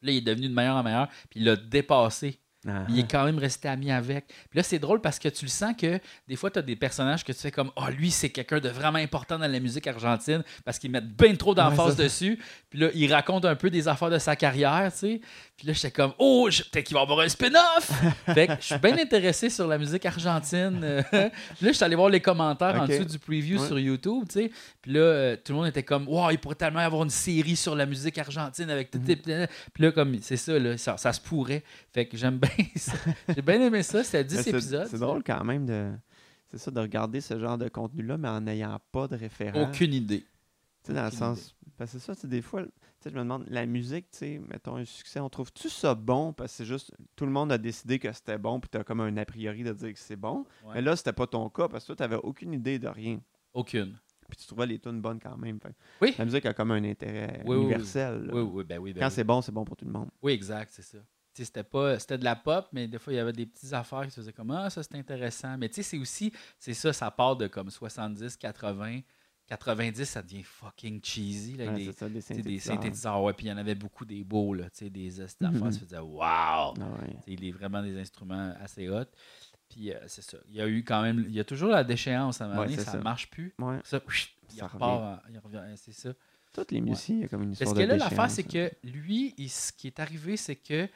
A: Là, il est devenu de meilleur en meilleur, puis il l'a dépassé.
B: Ah.
A: il est quand même resté ami avec. Puis là, c'est drôle parce que tu le sens que des fois, tu as des personnages que tu fais comme Oh, lui, c'est quelqu'un de vraiment important dans la musique argentine parce qu'ils mettent bien trop d'emphase
B: Ouais, ça.
A: dessus. Puis là, il raconte un peu des affaires de sa carrière, tu sais. Puis là, j'étais comme Oh, je- peut-être qu'il va avoir un spin-off. fait que je suis bien intéressé sur la musique argentine. Euh, Puis là, je suis allé voir les commentaires en
B: Ok.
A: dessous du preview
B: Ouais.
A: sur YouTube, tu sais. Puis là, euh, tout le monde était comme Wow, il pourrait tellement y avoir une série sur la musique argentine avec.
B: Mm-hmm.
A: tout- Puis là, comme c'est ça, là, ça, ça se pourrait. Fait que j'aime bien ça. J'ai bien aimé ça. C'était 10
B: Mais Ben, c'est-
A: épisodes.
B: C'est drôle quand même de. C'est ça, de regarder ce genre de contenu-là, mais en n'ayant pas de référence.
A: Aucune idée.
B: Tu sais, dans le
A: aucune
B: sens. Parce que c'est ça, tu sais, des fois, tu sais, je me demande, la musique, tu sais, mettons un succès, on trouve-tu ça bon? Parce que c'est juste, tout le monde a décidé que c'était bon, puis t'as comme un a priori de dire que c'est bon.
A: Ouais.
B: Mais là, c'était pas ton cas, parce que toi, t'avais aucune idée de rien.
A: Aucune.
B: Puis tu trouvais les tunes bonnes quand même. Fait que
A: Oui.
B: La musique a comme un intérêt
A: Oui, oui, oui.
B: universel. là.
A: Oui, oui, ben oui. ben
B: Quand
A: oui.
B: c'est bon, c'est bon pour tout le monde.
A: Oui, exact, c'est ça. Tu sais, C'était pas c'était de la pop, mais des fois, il y avait des petites affaires qui se faisaient comme Ah, ça, c'est intéressant. Mais tu sais, c'est aussi, c'est ça, ça part de comme 70, 80, 90, ça devient fucking cheesy. Là,
B: Ouais,
A: avec des,
B: c'est ça, des
A: tu sais,
B: synthétiseurs.
A: des synthétiseurs, ouais, puis il y en avait beaucoup des beaux, là, tu sais, des euh,
B: Mhm.
A: affaires, ça faisait Wow!
B: Ah ouais.
A: Il est vraiment des instruments assez hot. Puis euh, c'est ça. Il y a eu quand même. Il y a toujours la déchéance à un moment
B: Ouais,
A: donné,
B: c'est
A: ça
B: ça.
A: ne marche plus.
B: Ouais.
A: Ça, il
B: Ça
A: repart, en- il revient, hein, c'est ça.
B: Toutes les musiques, il y a comme une
A: Parce
B: histoire
A: que
B: de
A: là, l'affaire,
B: déchéance,
A: c'est
B: hein.
A: que lui, il- ce qui est arrivé, c'est que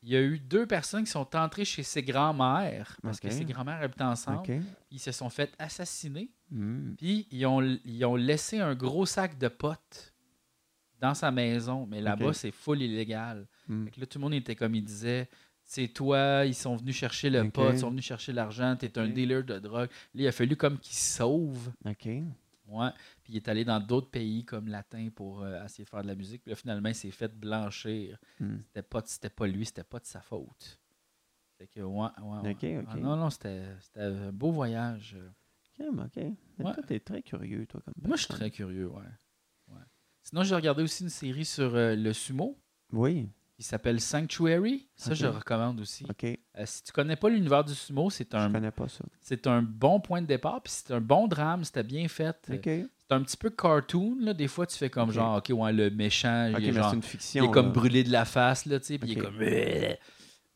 A: il y a eu deux personnes qui sont entrées chez ses grands-mères, parce
B: Ok.
A: que ses grands-mères habitent ensemble.
B: OK.
A: Ils se sont fait assassiner,
B: Hmm.
A: puis ils ont, ils ont laissé un gros sac de potes dans sa maison, mais là-bas,
B: Ok.
A: c'est full illégal.
B: Hmm.
A: Fait que là, tout le monde était comme il disait. C'est toi, ils sont venus chercher le
B: Ok.
A: pot, ils sont venus chercher l'argent, t'es un
B: Ok.
A: dealer de drogue. Là, il a fallu comme qu'il sauve.
B: OK.
A: Ouais. Puis il est allé dans d'autres pays comme latin pour euh, essayer de faire de la musique. Puis là, finalement, il s'est fait blanchir.
B: Hmm.
A: C'était pas, de- c'était pas lui, c'était pas de sa faute. Fait que, ouais, ouais, ouais.
B: OK, OK.
A: Ah non, non, c'était c'était un beau voyage.
B: Crime, OK. Mais
A: Ouais.
B: Toi, t'es très curieux, toi, comme
A: Moi, je suis
B: personne.
A: très curieux, ouais. Ouais. Sinon, j'ai regardé aussi une série sur euh, le sumo
B: Oui,
A: qui s'appelle Sanctuary. Ça, je le
B: Ok.
A: recommande aussi.
B: OK.
A: Euh, si tu connais pas l'univers du sumo, c'est
B: Je
A: un,
B: connais pas ça.
A: c'est un bon point de départ, puis c'est un bon drame, c'était bien fait. Euh,
B: OK. OK,
A: C'est un petit peu cartoon, là. des fois tu fais comme
B: Ok.
A: genre, ok, ouais, le méchant, il, est
B: mais
A: genre-
B: c'est une
A: il est
B: fiction.
A: comme
B: là.
A: brûlé de la face, là, tu sais, puis il est
B: Ok.
A: comme... euh.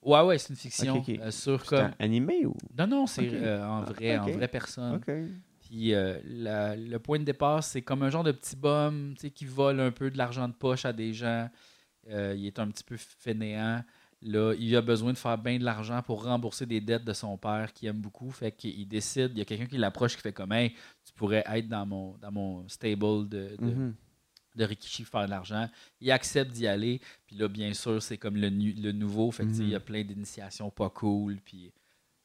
A: Ouais, ouais, c'est une fiction
B: Ok, ok.
A: euh, sur
B: C'est
A: comme...
B: un animé ou...
A: Non, non, c'est
B: Ok.
A: euh, en
B: Ah,
A: vrai, en
B: ok.
A: vraie personne.
B: OK.
A: Puis euh, la- le point de départ, c'est comme un genre de petit bum tu sais, qui vole un peu de l'argent de poche à des gens. Euh, il est un petit peu fainéant. Là, il a besoin de faire bien de l'argent pour rembourser des dettes de son père qu'il aime beaucoup. Fait qu'il décide, il y a quelqu'un qui l'approche qui fait comme Hey, tu pourrais être dans mon, dans mon stable de, de,
B: Mhm.
A: de Rikishi pour faire de l'argent. Il accepte d'y aller. Puis là, bien sûr, c'est comme le, nu- le nouveau. Fait que, tu sais,
B: Mhm.
A: il y a plein d'initiations pas cool. Puis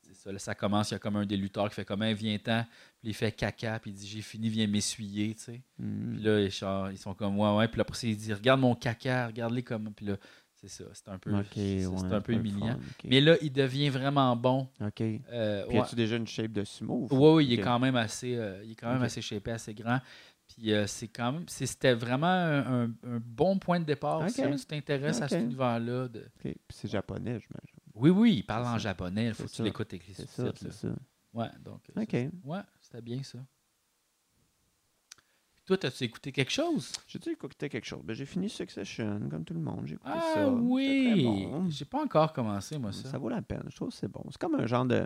A: c'est ça, là, ça commence. Il y a comme un des lutteurs qui fait comme un viens-t'en. Puis il fait caca. Puis il dit j'ai fini, viens m'essuyer. tu sais.
B: Mhm.
A: Puis là, ils, sont- ils sont comme ouais, ouais. Puis là, après, ça, il dit regarde mon caca, regarde-les comme. Puis là, c'est ça. C'est un peu,
B: OK,
A: c'est- c'est
B: ouais,
A: un peu humiliant.
B: fun, OK.
A: Mais là, il devient vraiment bon.
B: OK. Puis
A: Euh, ouais.
B: as-tu déjà une shape de sumo?
A: Oui, oui, il est
B: Ok.
A: quand même assez, euh, il est quand même
B: Ok.
A: assez shapé, assez grand. Puis euh, c'est quand même, c'est- c'était vraiment un, un- un bon point de départ.
B: Ok.
A: Si jamais tu t'intéresses à
B: Ok.
A: cet univers-là, de-
B: OK. Puis c'est japonais, j'imagine.
A: oui, oui, il parle
B: C'est
A: en
B: ça.
A: japonais. Il faut
B: C'est
A: que tu
B: ça.
A: l'écoutes avec les
B: C'est ça,
A: sous-titres.
B: c'est
A: là.
B: ça.
A: Ouais, donc. euh,
B: OK.
A: c'est- Ouais, c'était bien ça. Puis toi, as-tu écouté quelque chose?
B: J'ai dû écouter quelque chose. Ben, j'ai fini Succession, comme tout le monde. J'ai écouté
A: Ah
B: ça. C'était très
A: oui!
B: bon. hein.
A: J'ai pas encore commencé, moi,
B: Ça.
A: ça.
B: vaut la peine. Je trouve que c'est bon. C'est comme un genre de.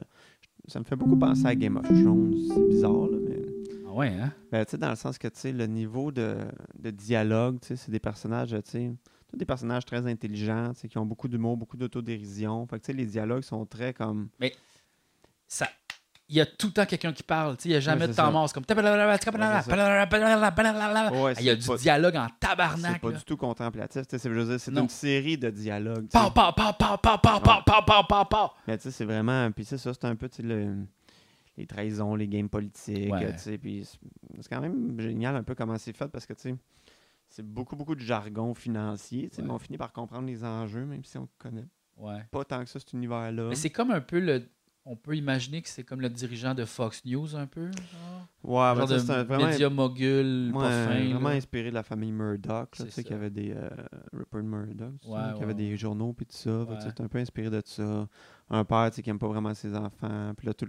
B: Ça me fait beaucoup penser à Game of Thrones. C'est bizarre, là, mais.
A: Ah ouais, hein?
B: Ben, tu sais, dans le sens que, tu sais, le niveau de, de dialogue, tu sais, c'est des personnages, tu sais, tous des personnages très intelligents, tu sais, qui ont beaucoup d'humour, beaucoup d'autodérision. Fait que, tu sais, les dialogues sont très comme.
A: ça il y a tout le temps quelqu'un qui parle, tu sais, il n'y a jamais
B: Ouais,
A: de
B: c'est
A: temps
B: ça.
A: mort, c'est comme
B: Ouais, c'est ça. Ouais,
A: Ah, il y a
B: c'est
A: du
B: pas-
A: dialogue en
B: C'est
A: tabarnak.
B: pas
A: là.
B: du tout contemplatif. tu sais, C'est je veux dire, c'est
A: Non.
B: une série de dialogues. tu sais.
A: Pow, pow, pow, pow, pow, pow, pow, pow, pow, pow, pow.
B: Mais tu sais, c'est vraiment. Puis c'est ça, c'est un peu, tu sais, le- les trahisons, les games politiques,
A: Ouais.
B: euh, tu sais. Puis c'est- c'est quand même génial un peu comment c'est fait parce que, tu sais, c'est beaucoup, beaucoup de jargon financier. tu sais,
A: Ouais.
B: Mais on finit par comprendre les enjeux, même si on connaît
A: Ouais.
B: pas tant que ça cet univers-là.
A: Mais c'est comme un peu le on peut imaginer que c'est comme le dirigeant de Fox News un peu.
B: Ouais,
A: genre
B: ben, ça, c'est un-
A: de
B: vraiment,
A: média mogul,
B: ouais,
A: pas fin. là.
B: vraiment inspiré de la famille Murdoch, là,
A: C'est
B: tu sais,
A: ça.
B: qu'il y avait des euh, Rupert Murdoch, tu sais,
A: Ouais,
B: là,
A: ouais,
B: qui avait
A: ouais.
B: des journaux puis tout ça, fait que, tu sais,
A: Ouais.
B: c'est un peu inspiré de ça. Un père, tu sais, qui aime pas vraiment ses enfants, puis là tout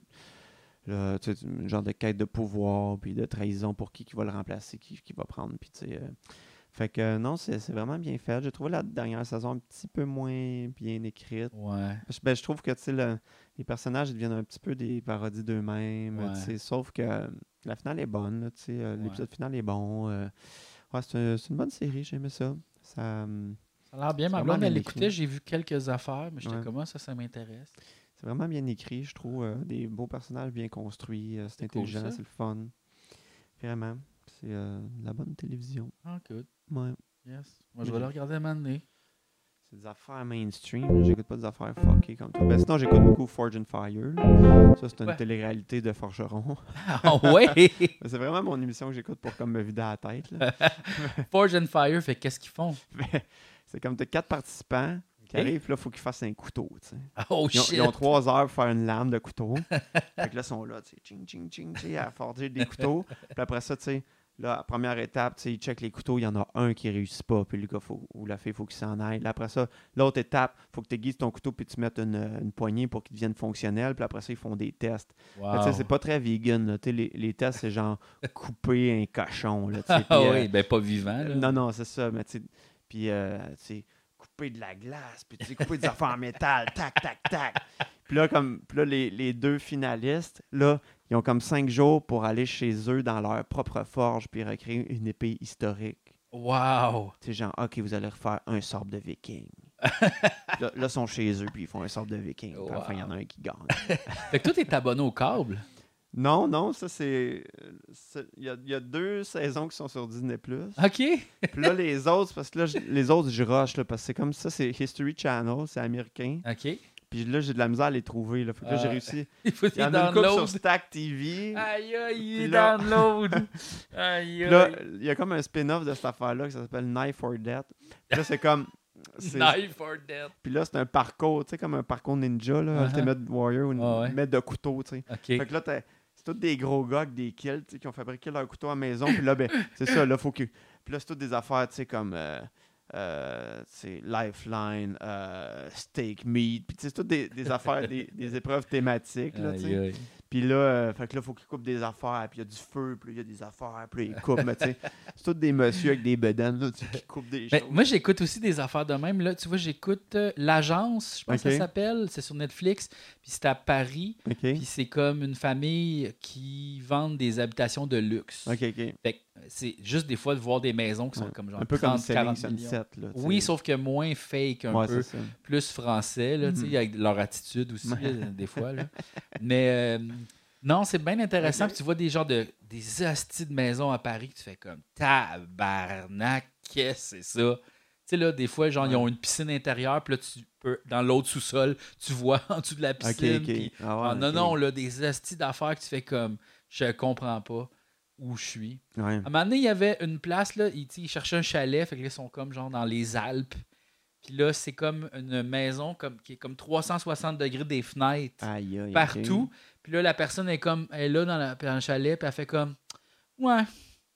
B: là, tu sais, une genre de quête de pouvoir puis de trahison pour qui qui va le remplacer, qui, qui va prendre puis tu sais euh, Fait que euh, non, c'est c'est vraiment bien fait. J'ai trouvé la dernière saison un petit peu moins bien écrite.
A: Ouais.
B: Parce que, ben, je trouve que tu sais, le- les personnages ils deviennent un petit peu des parodies d'eux-mêmes.
A: Ouais.
B: tu sais, Sauf que euh, la finale est bonne. là, tu sais, euh,
A: Ouais.
B: L'épisode final est bon. euh. Ouais, c'est un- c'est une bonne série, j'aimais ça. ça hum,
A: Ça a l'air bien.
B: C'est
A: Ma
B: vraiment
A: blonde,
B: bien
A: elle
B: écrit.
A: l'écoutait, j'ai vu quelques affaires, mais j'étais
B: Ouais.
A: comment ça, ça m'intéresse.
B: c'est vraiment bien écrit, je trouve. euh, des beaux personnages bien construits. euh, c'est
A: cool,
B: intelligent,
A: ça.
B: c'est le fun. Vraiment. C'est euh, de la bonne télévision.
A: Ah, good.
B: Ouais.
A: Yes. Moi, je
B: Ok.
A: vais le regarder à un moment donné.
B: C'est des affaires mainstream, là. j'écoute pas des affaires fuckées comme toi. Ben sinon, j'écoute beaucoup Forge and Fire. là. Ça, c'est une
A: Ouais.
B: télé-réalité de forgeron.
A: Ah ouais!
B: c'est vraiment mon émission que j'écoute pour comme me vider la tête. là.
A: Forge and Fire, fait qu'est-ce qu'ils font?
B: Mais c'est comme t'as quatre participants qui
A: Ok.
B: arrivent, puis là, faut qu'ils fassent un couteau. tu sais.
A: Oh
B: Ils ont,
A: Hein? shit!
B: ils ont trois heures pour faire une lame de couteau. fait que là, ils sont là, tu sais, ching, ching, ching, tu sais, à forger des couteaux. Puis après ça, tu sais, là, la première étape, tu sais, ils checkent les couteaux, il y en a un qui réussit pas, puis le gars faut, ou la fille, faut qu'il s'en aille. Là, après ça, l'autre étape, faut que tu aiguises ton couteau, puis tu mettes une, une poignée pour qu'il devienne fonctionnel. Puis après ça, ils font des tests. Fait que, tu sais,
A: Wow.
B: C'est pas très vegan, là. Tu sais, Les, les tests, c'est genre couper un cochon, là, tu sais,
A: Ah
B: puis, euh,
A: oui, ben pas vivant. Là.
B: non, non, c'est ça. Mais tu sais, puis euh, tu sais, couper de la glace, puis tu sais, couper des affaires en métal, tac, tac, tac. Puis là, comme, puis là les, les deux finalistes, là, ils ont comme cinq jours pour aller chez eux dans leur propre forge, puis recréer une épée historique.
A: Wow!
B: Tu sais, genre, OK, vous allez refaire un sable de viking. là, là, ils sont chez eux, puis ils font un sable de viking. Puis enfin, il y en a un qui gagne.
A: Fait que toi, t'es abonné au câble.
B: Non, non, ça, c'est. euh, c'est- Il y a, il y a deux saisons qui sont sur Disney.
A: OK.
B: Puis là, les autres, parce que là, je- les autres, je rush, là, parce que c'est comme ça, c'est History Channel, c'est américain.
A: OK.
B: Puis là, j'ai de la misère à les trouver. Là. Fait que là, j'ai
A: Ah.
B: réussi.
A: Il faut
B: Il y
A: qu'il
B: en a une couple
A: download. Ah,
B: sur Stack TV.
A: Aïe, aïe, il
B: Puis
A: est
B: là-
A: download. Aïe,
B: Puis
A: aïe.
B: là, il y a comme un spin-off de cette affaire-là qui s'appelle Knife or Death. Puis là, c'est comme. c'est-
A: Knife for death.
B: Puis là, c'est un parcours, tu sais, comme un parcours ninja, là,
A: Uh-huh.
B: Ultimate Warrior, ou une
A: Ah ouais.
B: maître de couteau, tu sais. Fait
A: OK.
B: que là, t'as- c'est tous des gros gars avec des kills tu sais, qui ont fabriqué leur couteau à la maison. Puis là, ben, c'est ça, là, faut que. Puis là, c'est toutes des affaires, tu sais, comme. euh, euh, tu sais, lifeline, euh, steak meat, puis tu sais, c'est toutes des, des affaires, des, des épreuves thématiques. Là, tu sais.
A: Aïe, aïe.
B: Puis là, euh, fait que là, faut qu'ils coupent des affaires, puis il y a du feu, puis là, il y a des affaires, puis là, ils coupent, mais tu sais, c'est tous des messieurs avec des bedaines, là, tu sais, qui coupent des
A: Ben,
B: choses.
A: moi, j'écoute aussi des affaires de même. Là, tu vois, j'écoute euh, L'Agence, je pense que
B: Ok.
A: ça s'appelle. C'est sur Netflix. Puis c'est à Paris.
B: Ok,
A: Puis c'est comme une famille qui vend des habitations de luxe.
B: ok, ok.
A: Fait que c'est juste des fois de voir des maisons qui sont
B: Ouais.
A: comme genre
B: Un peu comme
A: 30, 40
B: Selling
A: millions.
B: Sunset, là. tu sais.
A: Oui, sauf que moins fake un
B: Ouais,
A: peu,
B: c'est ça.
A: plus français, là, tu sais,
B: Mhm.
A: avec leur attitude aussi,
B: Ouais.
A: là, des fois. là. Mais euh, non, c'est bien intéressant.
B: Ok.
A: Puis tu vois des genres de des hosties de maisons à Paris que tu fais comme tabarnak, qu'est-ce que c'est ça? Tu sais, là, des fois, genre, ils ont une piscine intérieure, puis là, tu peux, dans l'autre sous-sol, tu vois en dessous de la
B: Ok,
A: piscine,
B: ok.
A: puis
B: Ah
A: ah,
B: ouais,
A: non,
B: ok.
A: non, là, des hosties d'affaires que tu fais comme je comprends pas où je suis.
B: Ouais.
A: À un moment donné, il y avait une place, là, ils, tu sais, ils cherchaient un chalet, fait que là, ils sont comme genre dans les Alpes. Puis là, c'est comme une maison comme, qui est comme 360 degrés des fenêtres
B: Aïe, aïe, Ah, ok.
A: partout. Puis là, la personne est comme elle est là dans, la- dans le chalet, puis elle fait comme Ouais,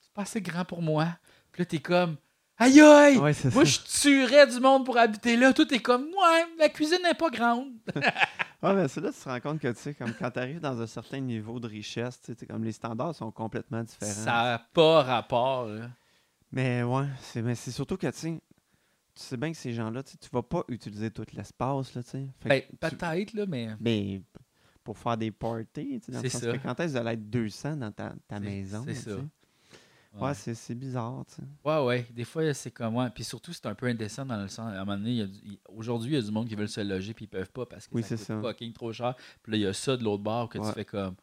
A: c'est pas assez grand pour moi. Puis là, t'es comme Aïe aïe!
B: Ouais, c'est
A: Moi,
B: ça.
A: je tuerais du monde pour habiter là. Tout est comme Ouais, la cuisine n'est pas grande.
B: Ouais, mais c'est là que tu te rends compte que, tu sais, comme quand tu arrives dans un certain niveau de richesse, tu sais, t'es comme les standards sont complètement différents.
A: Ça n'a pas rapport, là.
B: Mais ouais, c'est, mais c'est surtout que, tu sais, tu sais bien que ces gens-là, tu sais, tu vas pas utiliser tout l'espace, là, tu sais. Fait
A: Ben,
B: que tu-
A: peut-être, là, mais.
B: mais p- pour faire des parties, tu sais, dans le
A: C'est
B: sens
A: ça.
B: que quand est-ce que vous allez être 200 dans ta, ta
A: C'est-
B: maison,
A: c'est
B: là, tu
A: ça.
B: sais. Ouais, c'est, c'est bizarre, tu sais.
A: Ouais, ouais. Des fois, c'est comme moi. Puis surtout, c'est un peu indécent dans le sens. À un moment donné, il y a du- il- aujourd'hui, il y a du monde qui veulent se loger puis ils peuvent pas parce que
B: Oui,
A: ça coûte
B: c'est ça.
A: fucking trop cher. Puis là, il y a ça de l'autre bord que tu
B: Ouais.
A: fais comme.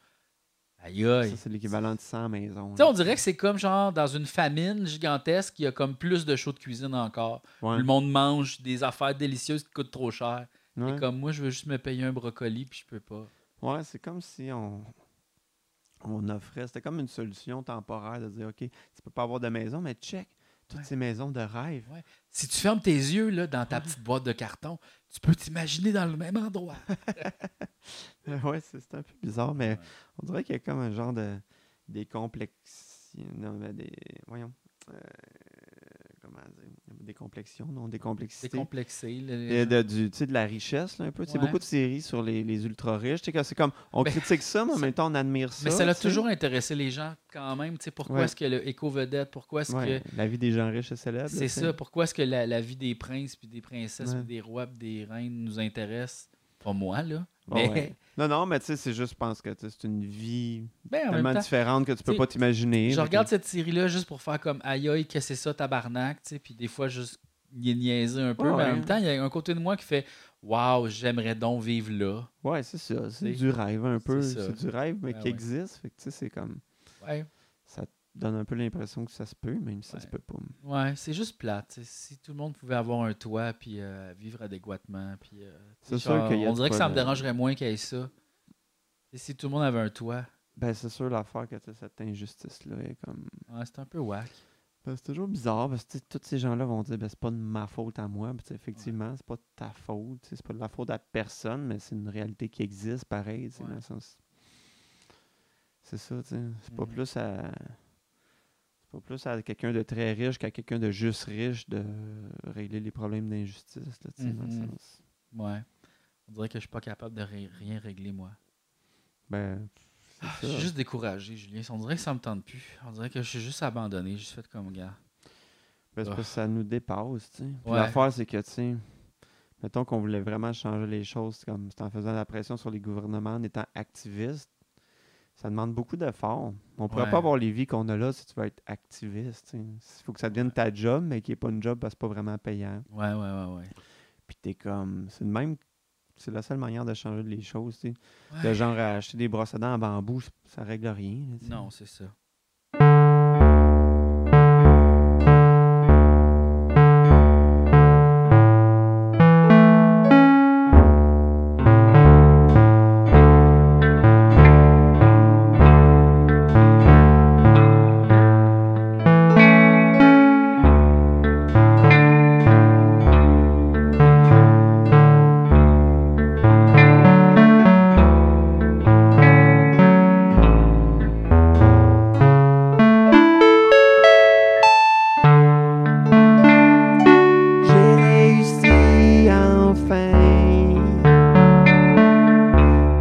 A: Aïe aïe.
B: Ça, c'est l'équivalent de 100 maisons.
A: Tu sais,
B: là.
A: on dirait que c'est comme genre dans une famine gigantesque, il y a comme plus de shows de cuisine encore.
B: Ouais.
A: Le monde mange des affaires délicieuses qui coûtent trop cher.
B: Ouais.
A: Et comme moi, je veux juste me payer un brocoli puis je peux pas.
B: Ouais, c'est comme si on, on offrait. C'était comme une solution temporaire de dire OK, tu peux pas avoir de maison, mais check toutes
A: Ouais.
B: ces maisons de rêve.
A: Si tu fermes tes yeux là, dans ta petite boîte de carton, tu peux t'imaginer dans le même endroit.
B: Ah, ouais, c'est c'est un peu bizarre, mais
A: Ouais.
B: on dirait qu'il y a comme un genre de. des complexes. Non, mais des. Voyons. euh, comment décomplexion, non, décomplexité.
A: Décomplexé. le-
B: Et de, du, tu sais, de la richesse, là, un peu. C'est
A: Ouais.
B: beaucoup de séries sur les, les ultra-riches. Tu sais, que C'est comme, on
A: Ben,
B: critique ça, mais en
A: ça-
B: même temps, on admire ça.
A: Mais ça l'a
B: tu sais.
A: toujours intéressé les gens quand même. Tu sais, pourquoi
B: Ouais.
A: est-ce que le éco-vedette, pourquoi est-ce
B: Ouais,
A: que.
B: La vie des gens riches et célèbres.
A: C'est
B: là, tu sais.
A: ça, pourquoi est-ce que la, la vie des princes, puis des princesses,
B: Ouais.
A: puis des rois, puis des reines nous intéresse Pas moi, là.
B: Bon,
A: Mais,
B: ouais. Non, non, mais tu sais, c'est juste, je pense que tu sais, c'est une vie
A: ben, en
B: tellement
A: même temps,
B: différente que tu peux
A: tu sais,
B: pas t'imaginer.
A: je
B: Fait que-
A: regarde cette série-là juste pour faire comme aïe aïe, que c'est ça, tabarnak, tu sais, puis des fois juste nia- niaiser un peu,
B: Ouais,
A: mais en
B: ouais.
A: même temps, il y a un côté de moi qui fait Waouh, j'aimerais donc vivre là.
B: Ouais, c'est ça. C'est
A: C'est-
B: du rêve, un peu.
A: ça.
B: C'est du rêve, mais
A: Ah
B: qui
A: ouais.
B: existe. Fait que tu sais, c'est comme.
A: Ouais,
B: Ça te donne un peu l'impression que ça se peut, même si ça se
A: Ouais.
B: peut pas.
A: ouais c'est juste plate. tu sais. Si tout le monde pouvait avoir un toit, puis euh, vivre adéquatement, puis. euh,
B: C'est
A: Genre,
B: sûr qu'il y a.
A: on
B: de
A: dirait que
B: quoi
A: ça me
B: de-
A: dérangerait moins qu'il y ait ça. Et si tout le monde avait un toit,
B: Ben, c'est sûr l'affaire que tu sais, cette injustice-là est comme.
A: ouais, c'est un peu whack.
B: Ben, c'est toujours bizarre parce que tu sais, tous ces gens-là vont dire ben, c'est pas de ma faute à moi. Puis, tu sais, effectivement, c'est pas de ta faute. tu sais, C'est pas de la faute à personne, mais c'est une réalité qui existe pareil. tu sais,
A: Ouais.
B: dans le sens- C'est ça, tu sais. C'est pas
A: Mhm.
B: plus à. C'est pas plus à quelqu'un de très riche qu'à quelqu'un de juste riche de régler les problèmes d'injustice. là, tu sais, dans le
A: Mhm.
B: sens.
A: Ouais. On dirait que je suis pas capable de ri- rien régler, moi.
B: Ben. c'est
A: Ah, je
B: ça.
A: suis juste découragé, Julien. On dirait que ça me tente plus. On dirait que je suis juste abandonné. Juste fait comme gars.
B: Ben, c'est
A: Ah.
B: parce que ça nous dépasse, tu sais. Puis
A: Ouais.
B: l'affaire, c'est que, tu sais, mettons qu'on voulait vraiment changer les choses, c'est comme c'est en faisant la pression sur les gouvernements, en étant activiste, ça demande beaucoup d'efforts. On pourrait
A: Ouais.
B: pas avoir les vies qu'on a là si tu veux être activiste, tu sais. Il faut que ça devienne ta job, mais qui est pas une job parce que c'est pas vraiment payant.
A: Ouais, ouais, ouais, ouais.
B: Puis t'es comme, c'est de même, c'est la seule manière de changer les choses, tu sais.
A: Ouais.
B: Le genre à acheter des brosses à dents en bambou, c- ça règle rien. là, tu sais.
A: Non, c'est ça.
B: J'ai réussi enfin.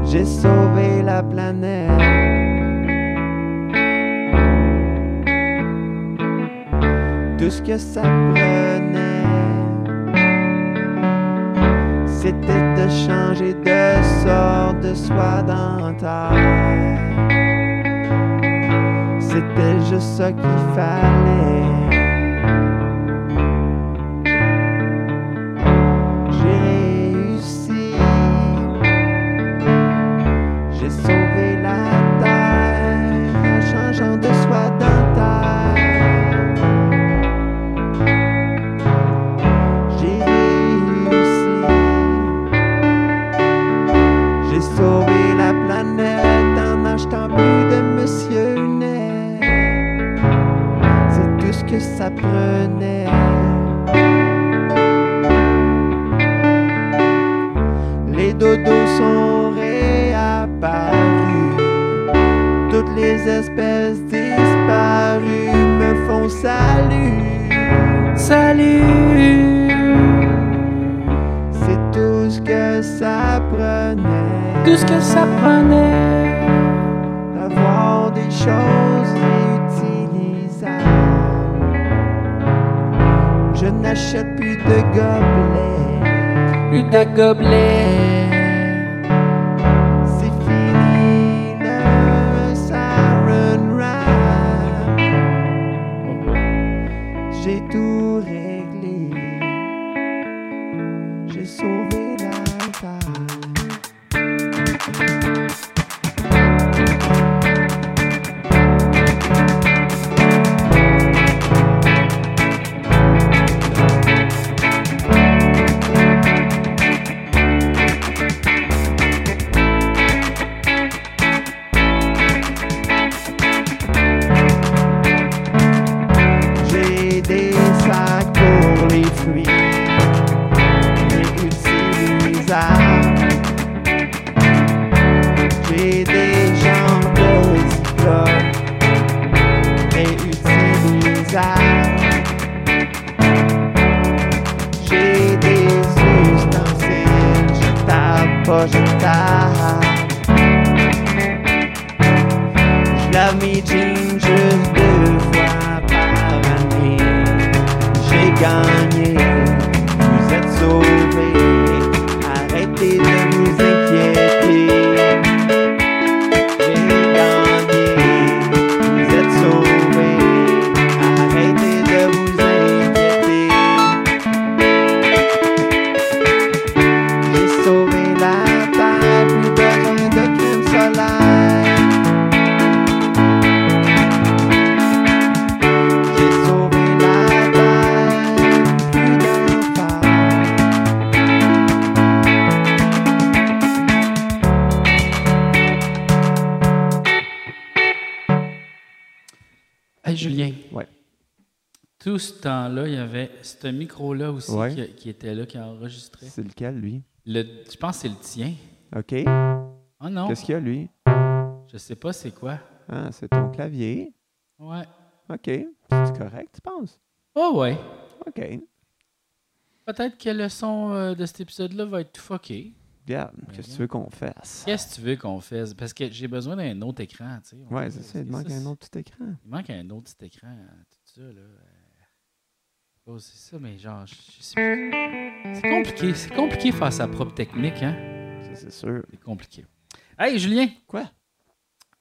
B: J'ai sauvé la planète. Tout ce que ça prenait, c'était de changer de sort de soi dentaire. C'était juste ça qu'il fallait. J'ai réussi. J'ai sauvé la terre en changeant de soi dentaire. J'ai réussi. J'ai sauvé la planète en achetant plus de Monsieur Net. C'est tout ce que ça prenait. Les dodos sont réapparus. Toutes les espèces disparues me font salut. Salut. C'est tout ce que ça prenait. Tout ce que ça prenait. D'avoir des choses réutilisables. Je n'achète plus de gobelets.
A: Plus de gobelets.
B: C'est fini le siren rap. J'ai tout réglé. J'ai sauvé la femme. J'ai des sacs pour les fruits. Réutilisables. pas jetable. Je lave mes jeans juste deux fois par année. J'ai gagné, vous êtes sauvés. Arrêtez de vous inquiéter. J'ai gagné, vous êtes sauvés. Arrêtez de vous inquiéter. J'ai sauvé la terre, plus besoin de crème solaire. J'ai sauvé la terre, plus d'enfer.
A: Hey, Julien.
B: Ouais.
A: Tout ce temps-là, il y avait ce micro-là aussi
B: Ouais.
A: qui, qui était là, qui enregistrait.
B: C'est lequel, lui?
A: Le, je pense que c'est le tien.
B: OK.
A: Oh non,
B: Qu'est-ce qu'il y a, lui?
A: je sais pas c'est quoi.
B: Ah, c'est ton clavier.
A: Ouais.
B: OK. C'est correct, tu penses?
A: Oh ouais.
B: OK.
A: Peut-être que le son euh, de cet épisode-là va être tout fucké.
B: Regarde, qu'est-ce que tu veux qu'on fasse?
A: Qu'est-ce que tu veux qu'on fasse? Parce que j'ai besoin d'un autre écran, tu sais. On
B: Ouais,
A: peut-
B: c'est ça. Il
A: parce
B: manque
A: que
B: un autre petit écran.
A: Il manque un autre petit écran, hein, tout ça, là. Euh, Oh, c'est ça, mais genre, je je sais pas. C'est compliqué, c'est compliqué faire sa propre technique, hein?
B: Ça, c'est sûr.
A: C'est compliqué. Hey, Julien!
B: Quoi?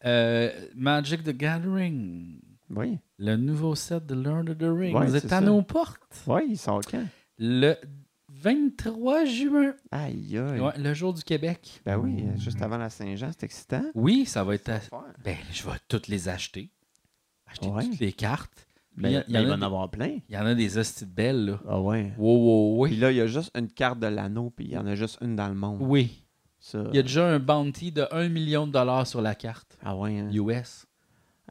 A: Euh, Magic the Gathering,
B: Oui.
A: le nouveau set de Lord of the Rings
B: Ouais, c'est
A: est à
B: ça.
A: nos portes
B: Oui, il sort quand?
A: le 23 juin,
B: Aïe, aïe.
A: Ouais, le jour du Québec.
B: Ben oui, euh, juste avant la Saint-Jean, c'est excitant.
A: Oui, ça va être à-
B: Faire.
A: Ben, je vais toutes les acheter. Acheter
B: Ouais.
A: toutes les cartes. Puis
B: Ben,
A: il y, en- il y
B: il
A: en
B: va
A: a
B: en
A: des-
B: avoir plein.
A: il y en a des hosties de belles, là.
B: Ah ouais.
A: Wow, wow,
B: Puis
A: oui.
B: là, il y a juste une carte de l'anneau, puis il y en a juste une dans le monde.
A: Oui.
B: Ça.
A: Il y a déjà un bounty de 1 million de dollars sur la carte
B: Ah ouais, hein.
A: US.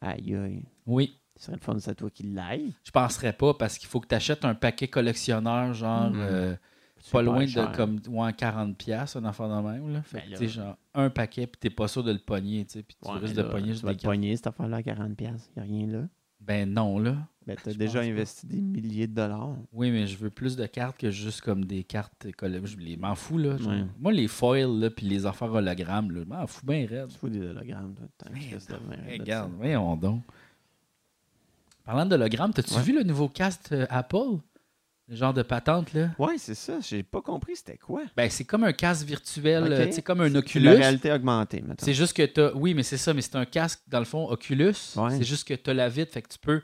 B: Aïe, aïe.
A: Oui.
B: Ce serait le fun, c'est toi qui l'aille.
A: Je penserais pas parce qu'il faut que tu achètes un paquet collectionneur, genre
B: Mhm.
A: euh,
B: C'est
A: pas loin
B: cher.
A: de comme ouais, 40$, piastres, un enfant de même. Là. Fait
B: Ben
A: que,
B: là.
A: tu sais, genre un paquet, puis t'es pas sûr de le pogner, tu sais, puis tu
B: Ouais,
A: risques
B: là,
A: de pogner
B: Tu
A: juste
B: vas
A: des
B: le
A: cartes.
B: pogner cette affaire-là à 40$. piastres. Il n'y a rien là.
A: Ben non, là.
B: Ben, t'as
A: Je
B: déjà
A: pense pas.
B: investi des milliers de dollars.
A: Oui, mais je veux plus de cartes que juste comme des cartes collègues. Je les- m'en fous, là. Genre,
B: Ouais.
A: Moi, les foils, là, puis les affaires hologrammes, là, je m'en fous bien raide.
B: Tu fous des hologrammes, toi. Tant que tu restes de merde, là,
A: Hey,
B: tu
A: regarde, voyons donc. Parlant d'hologrammes, t'as-tu vu le nouveau cast euh, Apple? Le genre de patente, là?
B: sais. Ouais, c'est ça. J'ai pas compris c'était quoi.
A: Ben, c'est comme un casque virtuel,
B: Ok.
A: euh, tu sais, comme un
B: C'est La
A: Oculus.
B: réalité augmentée, maintenant.
A: C'est juste que t'as... Oui, mais c'est ça, mais c'est un casque, dans le fond, Oculus.
B: Ouais.
A: C'est juste que t'as la vitre, fait que tu peux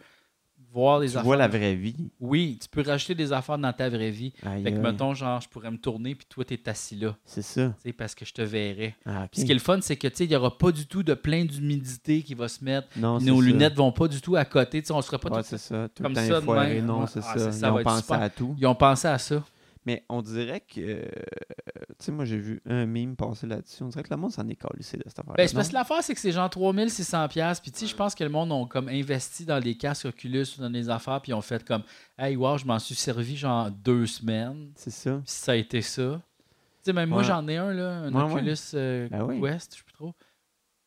A: voir les
B: Tu
A: affaires.
B: vois la vraie vie.
A: Oui, tu peux rajouter des affaires dans ta vraie vie.
B: Aïe,
A: Fait que,
B: aïe.
A: mettons, genre, je pourrais me tourner, puis toi, t'es assis là.
B: C'est ça.
A: tu sais, parce que je te verrai.
B: Ah, ok.
A: Puis ce qui est le fun, c'est que tu sais, il n'y aura pas du tout de plein d'humidité qui va se mettre.
B: Non, c'est
A: Nos
B: ça.
A: lunettes vont pas du tout à côté. Tu sais, on sera pas
B: Ouais,
A: tout-
B: c'est ça. Tout
A: comme
B: le temps
A: ça de
B: effoiré,
A: même.
B: non,
A: Ouais.
B: c'est
A: Ah,
B: ça.
A: c'est ça,
B: Ils
A: va
B: ont
A: être
B: pensé
A: super.
B: à tout.
A: Ils ont pensé à ça.
B: Mais on dirait que. euh, tu sais, moi, j'ai vu un mime passer là-dessus. On dirait que le monde s'en est calissé de cette affaire-là.
A: Ben, c'est parce que
B: non?
A: l'affaire, c'est que c'est genre 3600$. piastres. Puis tu sais, je pense que le monde ont comme investi dans des casques Oculus ou dans des affaires. Puis ils ont fait comme Hey, wow, je m'en suis servi genre deux semaines.
B: C'est ça.
A: Puis ça a été ça. Tu sais, même moi,
B: Ouais.
A: j'en ai un, là, un
B: Ouais, ouais.
A: Oculus euh,
B: Ben oui.
A: Quest, je sais plus trop.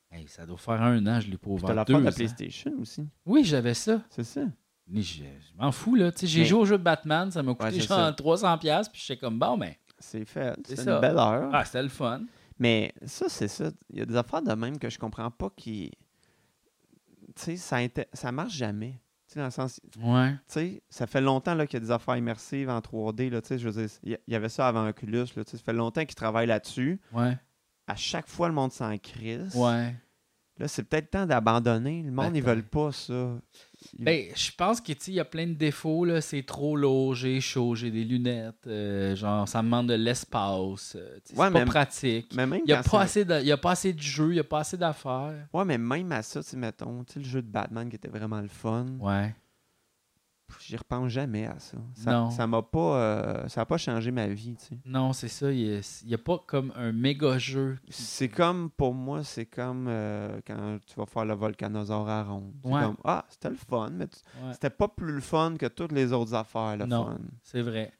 A: Hey, ça doit faire un an, je l'ai pas
B: Puis t'as
A: ouvert.
B: l'affaire de
A: Deux
B: la
A: ans.
B: PlayStation aussi.
A: Oui, j'avais ça.
B: C'est ça.
A: Mais je, je m'en fous, là. Tu sais, J'ai
B: Mais-
A: joué au jeu de Batman, ça m'a coûté
B: c'est
A: genre
B: ça.
A: 300$, piastres, puis j'étais comme, bon, ben,
B: C'est fait.
A: C'est
B: C'est
A: ça.
B: une belle heure.
A: ah, c'était le fun.
B: Mais ça, c'est ça. Il y a des affaires de même que je comprends pas qui. Tu sais, ça, inté- ça marche jamais. Tu sais, dans le sens. Tu
A: Ouais.
B: sais, ça fait longtemps là, qu'il y a des affaires immersives en 3D. Là, tu sais, je veux dire, il y- il y avait ça avant Oculus. Là, tu sais, ça fait longtemps qu'ils travaillent là-dessus.
A: Ouais.
B: À chaque fois, le monde s'en crisse.
A: Ouais. Ben,
B: Là, c'est peut-être temps d'abandonner. Le monde, ils
A: Attends.
B: veulent pas ça. Ils-
A: Ben, je pense que, tu sais, il y a plein de défauts, là. C'est trop lourd, j'ai chaud, j'ai des lunettes. euh, genre, ça me demande de l'espace. euh, tu sais,
B: Ouais,
A: c'est pas
B: mais-
A: pratique.
B: mais même
A: Il n'y a,
B: quand
A: pas
B: ça-
A: assez de- il y a pas assez de jeux, il n'y a pas assez d'affaires.
B: Ouais, mais même à ça, tu sais, mettons, tu sais, le jeu de Batman qui était vraiment le fun,
A: Ouais.
B: pff, j'y repense jamais à ça. Ça,
A: Non. Mm.
B: ça m'a pas, euh, ça a pas changé ma vie, tu sais.
A: Non, c'est ça. Il n'y a, pas comme un méga jeu.
B: C'est comme, pour moi, c'est comme euh, quand tu vas faire le volcanosaure à ronde. C'est
A: Ouais.
B: comme, ah, c'était le fun, mais tu-
A: Ouais,
B: c'était pas plus le fun que toutes les autres affaires, le
A: Non.
B: fun.
A: c'est vrai.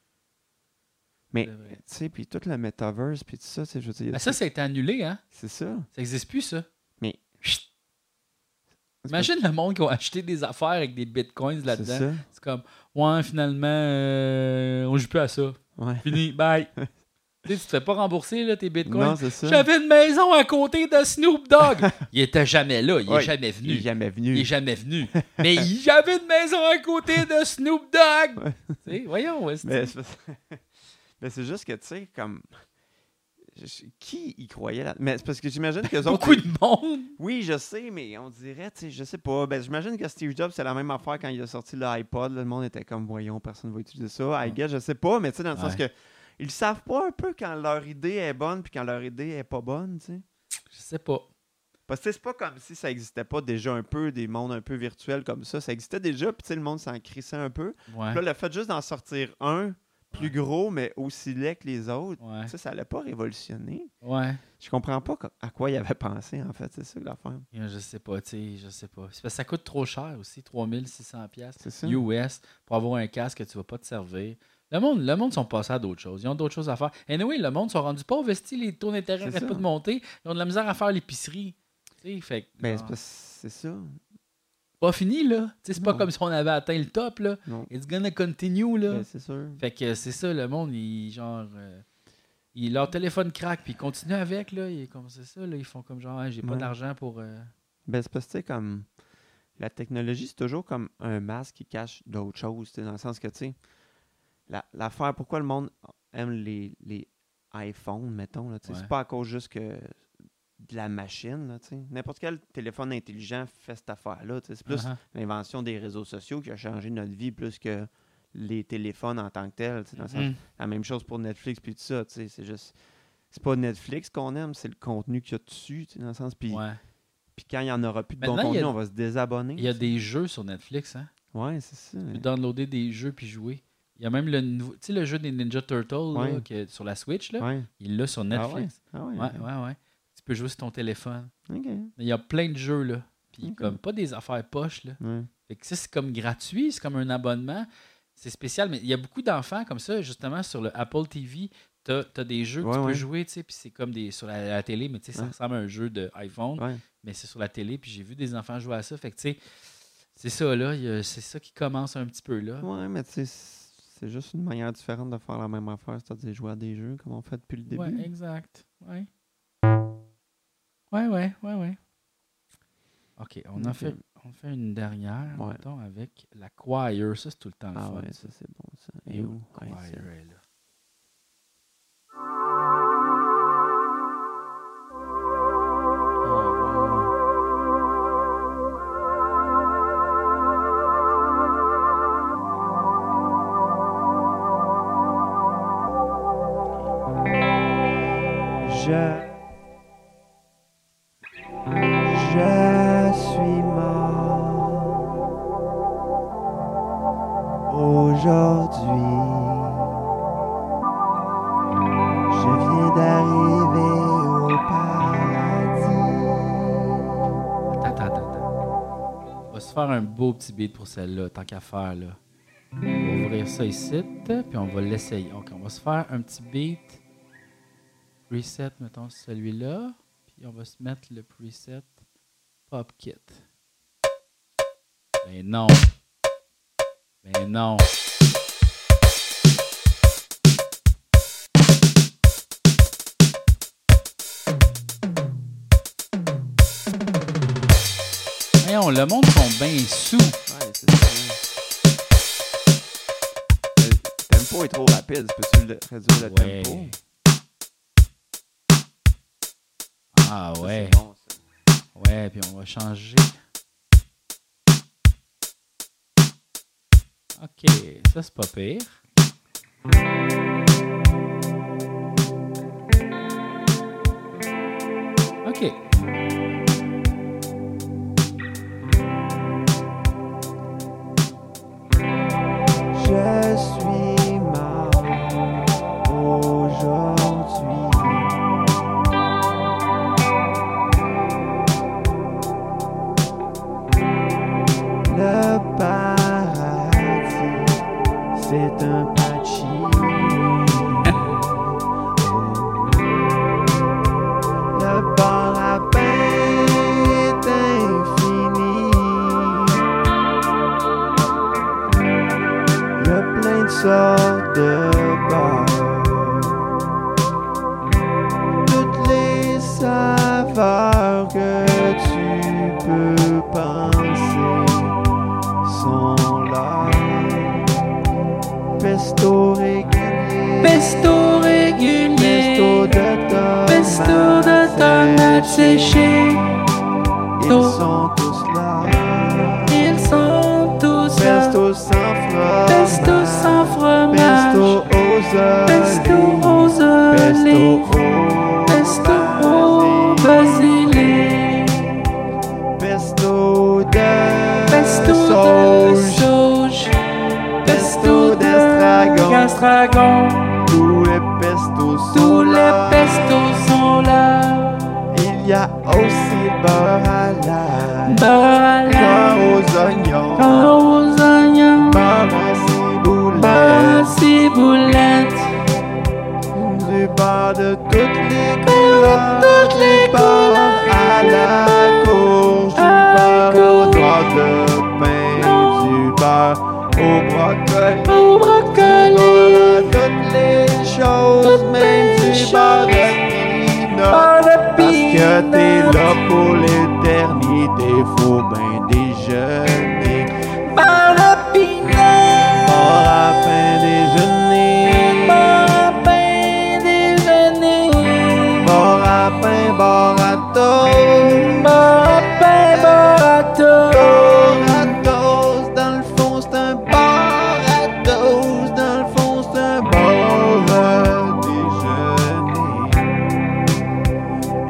B: Mais-
A: C'est vrai.
B: Tu sais, puis tout le metaverse, puis tout ça, tu sais, je veux dire, il y a
A: Ben, ça,
B: tout-
A: ça a été annulé, hein?
B: c'est ça.
A: Ça n'existe plus, ça.
B: Mais-
A: Chut! Imagine le monde qui a acheté des affaires avec des bitcoins
B: C'est
A: là-dedans.
B: ça.
A: C'est comme, ouais, finalement, euh, on joue plus à ça.
B: Ouais.
A: Fini, bye. Tu sais, tu te fais pas rembourser là, tes bitcoins.
B: Non, c'est ça.
A: J'avais une maison à côté de Snoop Dogg. il était jamais là. Il
B: Ouais,
A: est jamais venu.
B: Il est jamais
A: Il
B: venu.
A: est jamais venu. Mais il- j'avais une maison à côté de Snoop Dogg.
B: Ouais.
A: Tu sais, Voyons, est-ce que-
B: Mais c'est parce- mais c'est juste que, tu sais, comme. je- Qui y croyait là Mais c'est parce que j'imagine que
A: beaucoup de monde.
B: Oui, je sais, mais on dirait, tu sais, je sais pas. Ben, j'imagine que Steve Jobs, c'est la même affaire quand il a sorti le iPod. là, le monde était comme, voyons, personne va utiliser ça. I guess, je sais pas, mais tu sais, dans le sens que. Ils savent pas un peu quand leur idée est bonne puis quand leur idée est pas bonne, tu sais.
A: Je sais pas.
B: Parce que c'est pas comme si ça existait pas déjà un peu, des mondes un peu virtuels comme ça. Ça existait déjà, puis tu sais, le monde s'en crissait un peu.
A: Ouais.
B: Puis Là, le fait juste d'en sortir un plus gros, mais aussi laid que les autres,
A: Ouais.
B: tu sais, ça l'a pas révolutionné.
A: Ouais.
B: Je comprends pas co- à quoi il avait pensé, en fait. C'est ça l'affaire.
A: Euh, Je sais pas, tu sais, je sais pas. C'est parce que ça coûte trop cher aussi, 3600 pièces
B: C'est ça.
A: US pour avoir un casque que tu vas pas te servir. Le monde, le monde sont passés à d'autres choses. Ils ont d'autres choses à faire. Anyway, le monde sont rendus pas investis, les taux d'intérêt
B: C'est
A: n'arrêtent
B: ça.
A: pas de monter. Ils ont de la misère à faire l'épicerie. Tu sais, fait que,
B: Ben,
A: non.
B: c'est parce que c'est ça.
A: pas fini, là. Tu sais, c'est pas
B: Non.
A: comme si on avait atteint le top, là.
B: Non.
A: It's gonna continue, là.
B: Ben, c'est sûr.
A: Fait que c'est ça, le monde, ils, genre. euh, ils- leur téléphone craque, puis ils continuent avec, là. Ils, comme c'est ça, là. Ils font comme genre, Hey, j'ai pas
B: Ouais.
A: d'argent pour. euh,
B: Ben, c'est parce que, tu sais, comme. La technologie, c'est toujours comme un masque qui cache d'autres choses, tu sais, dans le sens que, tu sais, la- l'affaire, pourquoi le monde aime les, les iPhones, mettons, là, tu sais,
A: Ouais.
B: c'est pas à cause juste que de la machine, là, tu sais. N'importe quel téléphone intelligent fait cette affaire-là, tu sais. C'est plus
A: uh-huh.
B: l'invention des réseaux sociaux qui a changé notre vie plus que les téléphones en tant que tels. tu sais, dans le sens-
A: Mm.
B: La même chose pour Netflix puis tout ça. tu sais, C'est juste. C'est pas Netflix qu'on aime, c'est le contenu qu'il y a dessus, tu sais, dans le sens. Puis,
A: Ouais.
B: puis quand il n'y en aura plus de bon
A: Maintenant, il y
B: contenu,
A: a-
B: on va se désabonner.
A: Il y a des jeux sur Netflix, hein.
B: Ouais, c'est ça.
A: Tu peux downloader des jeux puis jouer. Il y a même le nouveau- tu sais, le jeu des Ninja Turtles là,
B: Ouais.
A: que- sur la Switch, là,
B: Ouais.
A: il l'a sur Netflix.
B: Ah ouais.
A: ouais. ouais, ouais, Tu peux jouer sur ton téléphone.
B: Ok.
A: Mais Il y a plein de jeux là. Puis
B: Ok.
A: comme pas des affaires poches là.
B: Ouais.
A: Fait que ça, c'est comme gratuit, c'est comme un abonnement. C'est spécial, mais il y a beaucoup d'enfants comme ça, justement, sur le Apple TV. Tu as, des jeux que
B: Ouais,
A: tu peux
B: ouais.
A: jouer, tu sais, puis c'est comme des sur la, la télé, mais tu sais, ça
B: Ouais.
A: ressemble à un jeu de iPhone,
B: Ouais.
A: mais c'est sur la télé, puis j'ai vu des enfants jouer à ça. Fait que, tu sais, c'est ça, là, il y a- c'est ça qui commence un petit peu, là.
B: Ouais, mais tu sais, c'est juste une manière différente de faire la même affaire, c'est-à-dire jouer à des jeux comme on fait depuis le début.
A: Ouais, exact. Ouais. Ouais, ouais, ouais, ouais. OK, on en
B: Ok.
A: fait, on fait une dernière,
B: Ouais.
A: mettons, avec la choir. Ça, c'est tout le temps le
B: Ah
A: fun,
B: ouais,
A: ça.
B: ça c'est bon ça.
A: Et
B: Eh
A: où
B: oh, ouais,
A: choir
B: c'est-
A: est là.
B: Oh, wow. Je je suis mort aujourd'hui. Je viens d'arriver au paradis.
A: Attends, attends, attends. On va se faire un beau petit beat pour celle-là, tant qu'à faire, là. On va ouvrir ça ici, puis on va l'essayer. OK, on va se faire un petit beat. Preset, mettons celui-là. Puis on va se mettre le preset Pop Kit. Ben non. Ben non. Voyons, le monde sont bien sous.
B: Ouais, c'est ça. Le tempo est trop rapide. Peux-tu le- réduire le
A: Ouais.
B: tempo?
A: Ah
B: Ça,
A: ouais.
B: c'est bon, ça.
A: Ouais, puis on va changer. Ok, ça c'est pas pire. Ok.
B: Je suis mort aujourd'hui. Le paradis, c'est un patchy. Le bar à pain est infini. Il y a plein de sortes de bars. Pesto régulier.
C: Pesto
B: Pesto
C: régulier.
B: de tomates.
C: Pesto de tomates séchées.
B: Ils
C: to-
B: sont tous là.
C: Ils sont tous là.
B: Pesto sans fromage.
C: Pesto sans fromage.
B: Pesto aux olives.
C: Pesto
B: Pesto au-
C: aux olives. Pesto au basilic.
B: Pesto de
C: Pesto de
B: sauge.
C: sauge.
B: Pesto
C: Pesto
B: d'estragon.
C: d'estragon.
B: Tous les pestos sont
C: Tous les
B: là.
C: pestos sont là.
B: Il y a aussi beurre à l'ail.
C: Beurre
B: Beurre aux oignons.
C: aux oignons.
B: Beurre à ciboulette.
C: Beurre à ciboulette.
B: Du beurre de toutes les couleurs.
C: toutes les
B: Du beurre à la courge. Du
C: À
B: beurre aux
C: courge.
B: doigts de pain. Du beurre au brocoli.
C: Au
B: Du
C: brocoli.
B: beurre à toutes les choses.
C: Toutes
B: Même
C: les
B: du beurre de pinot. Parce que t'es là pour l'éternité, faut bien déjeuner.
C: Par la
B: Mort à fin déjeuner. Mort à pain, bord à toast. Bord à toast, dans le fond c'est un bord à toast. Dans le fond c'est un bord à déjeuner.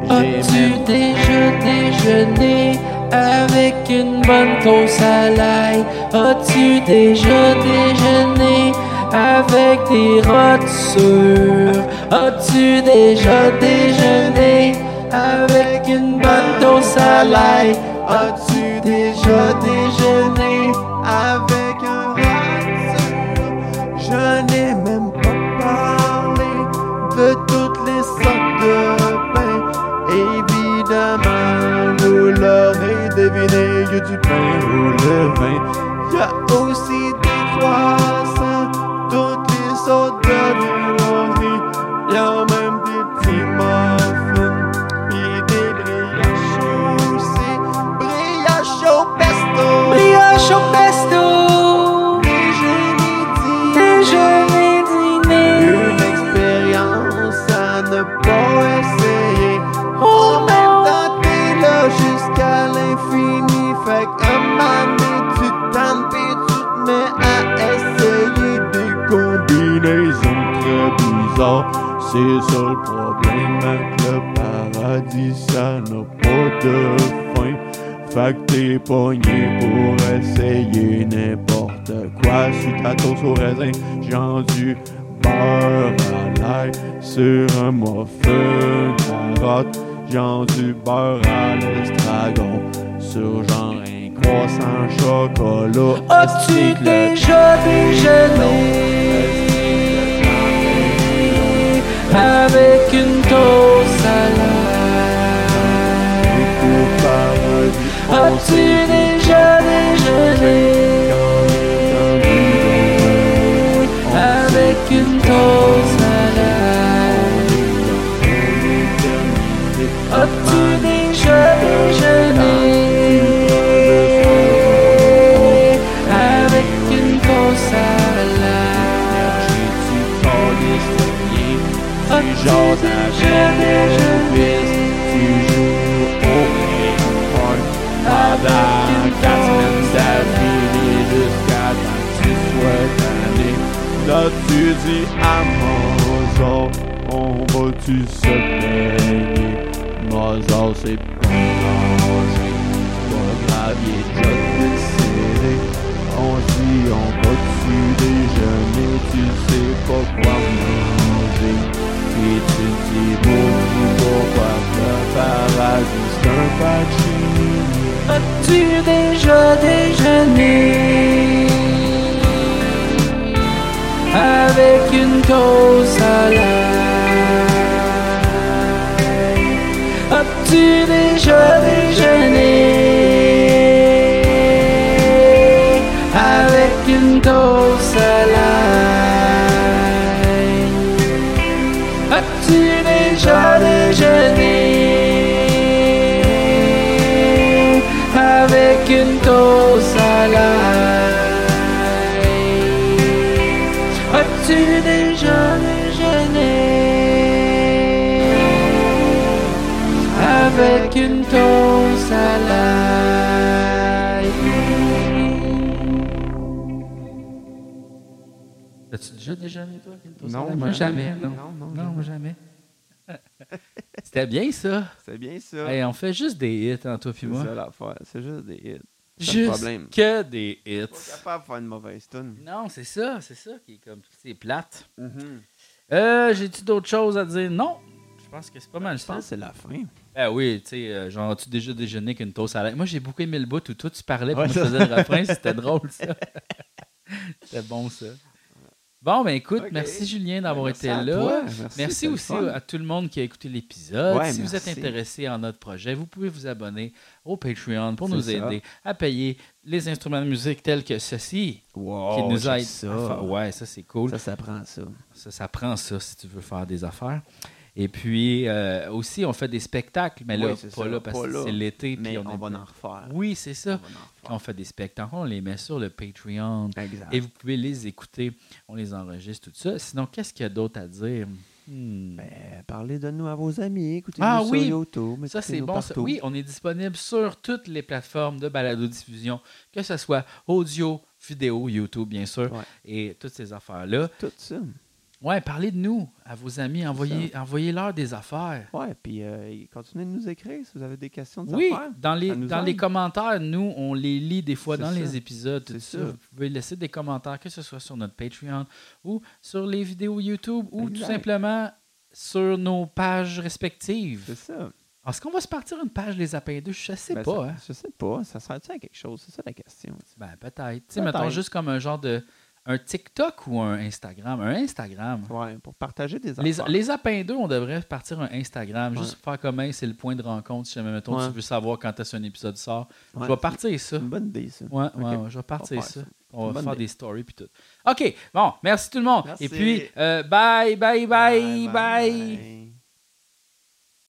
C: As-tu
B: même-
C: déjà déjeuné avec une bonne toast à l'ail? As-tu déjà déjeuné avec des rôtures? As-tu déjà déjeuné avec une bonne toast à l'ail?
B: As-tu déjà déjeuné avec un rasoir? Je n'ai même pas parlé de toutes les sortes de pain. Évidemment, vous l'aurez deviné, il y a du pain ou le vin. Il y a aussi des croissants, toutes les sortes de viennoiseries. Il y a même des petits muffins. Pis des brioches aussi, brioches au pesto.
C: Brioche au pesto,
B: Déjeuner, dîner,
C: déjeuner, dîner.
B: Une expérience à ne pas essayer.
C: Oh
B: On
C: non.
B: même temps, t'es là jusqu'à l'infini. Fait qu'un moment donné, tu t'en tu te mets à essayer des combinaisons très bizarres. C'est ça le problème avec le paradis, ça n'a pas de fin. Fait que t'es pogné pour essayer n'importe quoi. Sur ta toast au raisin, j'en du beurre à l'ail. Sur un muffin carotte, j'en du beurre à l'estragon. Sur genre un croissant chocolat.
C: As-tu
B: Est-ce que le
C: déjà déjeuné avec une toast à
B: Et pour paradis, on
C: l'ail? As-tu
B: s'est
C: déjà déjeuné avec une toast à l'ail? As-tu déjà déjeuné avec une toast à l'ail?
B: Tu jases à jamais je Tu joues au ping-pong Pendant quatre semaines d'affilée Jusqu'à temps que tu sois tanné Là tu dis à Mozart On va-tu se payer Mozart c'est pas danger Pas grave, il est déjà décédé on dit on va tu déjeuner, tu sais pas quoi manger. Et tu dis bon, tu pourquoi le paradis c'est un pachin.
C: As-tu déjà déjeuné avec une toast à l'ail? As-tu déjà déjeuné avec une toast à l'ail? As-tu déjà déjeuné avec une toast à l'ail? As-tu déjà déjeuné avec une toast à l'ail?
A: As-tu déjà déjeuné, toi, avec une toast à
B: Non,
A: l'ail? moi,
B: mais-
A: jamais. Non,
B: Non, non,
A: Non, moi,
B: jamais.
A: jamais. C'était bien, ça.
B: C'est bien ça.
A: Hey, on fait juste des hits, hein, toi puis
B: c'est
A: moi.
B: ça l'affaire. C'est juste des hits. ça, le
A: Juste
B: problème.
A: que des hits.
B: Pas capable de faire une mauvaise tune.
A: Non, c'est ça, c'est ça qui est comme c'est plate.
B: Mm-hmm.
A: Euh, j'ai-tu d'autres choses à dire? Non. Je pense que c'est pas mal
B: Je pense
A: ça.
B: que c'est la fin.
A: Ah oui, tu sais, euh, genre, as-tu déjà déjeuné qu'une toast à l'ail? Moi, j'ai beaucoup aimé le bout où toi, tu parlais puis
B: Ouais,
A: moi, je
B: ça.
A: faisais le refrain. C'était drôle, ça. C'était bon, ça. Bon, ben écoute,
B: Ok.
A: merci Julien d'avoir
B: Merci
A: été
B: à
A: là.
B: toi.
A: Merci,
B: c'était le
A: aussi
B: fun.
A: à tout le monde qui a écouté l'épisode.
B: Ouais,
A: si vous êtes
B: merci.
A: intéressé en notre projet, vous pouvez vous abonner au Patreon pour
B: C'est
A: nous
B: ça.
A: aider à payer les instruments de musique tels que ceci
B: Wow,
A: qui nous
B: Oh, j'aime
A: aide.
B: Ça.
A: à faire- ouais, ça c'est cool.
B: ça, ça prend ça.
A: Ça, ça prend ça si tu veux faire des affaires. Et puis euh, aussi, on fait des spectacles, mais là,
B: Oui, c'est
A: pas
B: ça,
A: là parce
B: pas
A: que
B: là.
A: c'est l'été. puis
B: Mais on,
A: on est-
B: va en refaire.
A: Oui, c'est
B: On
A: ça.
B: va en
A: Quand on fait des spectacles, on les met sur le Patreon.
B: refaire. Exact.
A: Et vous pouvez les écouter. On les enregistre, tout ça. Sinon, qu'est-ce qu'il y a d'autre à dire? Hmm.
B: Ben, parlez de nous à vos amis, écoutez-nous
A: Ah
B: sur
A: oui!
B: YouTube,
A: Ça, c'est
B: écoutez-nous
A: bon. ça.
B: partout.
A: Oui, on est disponible sur toutes les plateformes de balado-diffusion, que ce soit audio, vidéo, YouTube, bien sûr,
B: Ouais.
A: et toutes ces affaires-là.
B: Tout ça.
A: Ouais, parlez de nous à vos amis, envoyez, envoyez-leur des affaires.
B: Ouais, puis euh, continuez de nous écrire si vous avez des questions de
A: Oui,
B: affaires.
A: dans les,
B: Ça nous
A: dans les
B: aide.
A: commentaires, nous, on les lit des fois
B: C'est
A: dans
B: ça.
A: les épisodes. tout
B: C'est
A: ça.
B: ça.
A: Vous pouvez laisser des commentaires, que ce soit sur notre Patreon ou sur les vidéos YouTube ou tout
B: Exact.
A: simplement sur nos pages respectives.
B: C'est ça.
A: Est-ce qu'on va se partir une page Les Apins 2? E Je sais
B: Ben,
A: pas.
B: ça-
A: hein.
B: Je sais pas. Ça sert-tu à quelque chose? C'est ça la question.
A: Ben, peut-être. Tu sais,
B: Peut-être.
A: mettons juste comme un genre de. Un TikTok ou un Instagram? Un Instagram.
B: Ouais, pour partager des
A: Les,
B: affaires.
A: les Apins 2, on devrait partir un Instagram,
B: Ouais.
A: juste pour faire comme Hey, c'est le point de rencontre. Si jamais, mettons,
B: Ouais.
A: tu veux savoir quand est-ce qu'un épisode sort,
B: Ouais,
A: je vais partir ça.
B: C'est une bonne idée, ça.
A: Ouais,
B: Ok.
A: ouais, ouais, je vais partir
B: On va
A: ça.
B: faire ça.
A: On
B: une
A: va
B: bonne
A: faire
B: idée.
A: des stories puis tout. OK, bon, merci tout le monde.
B: Merci.
A: Et puis, euh, bye, bye, bye, bye.
B: bye.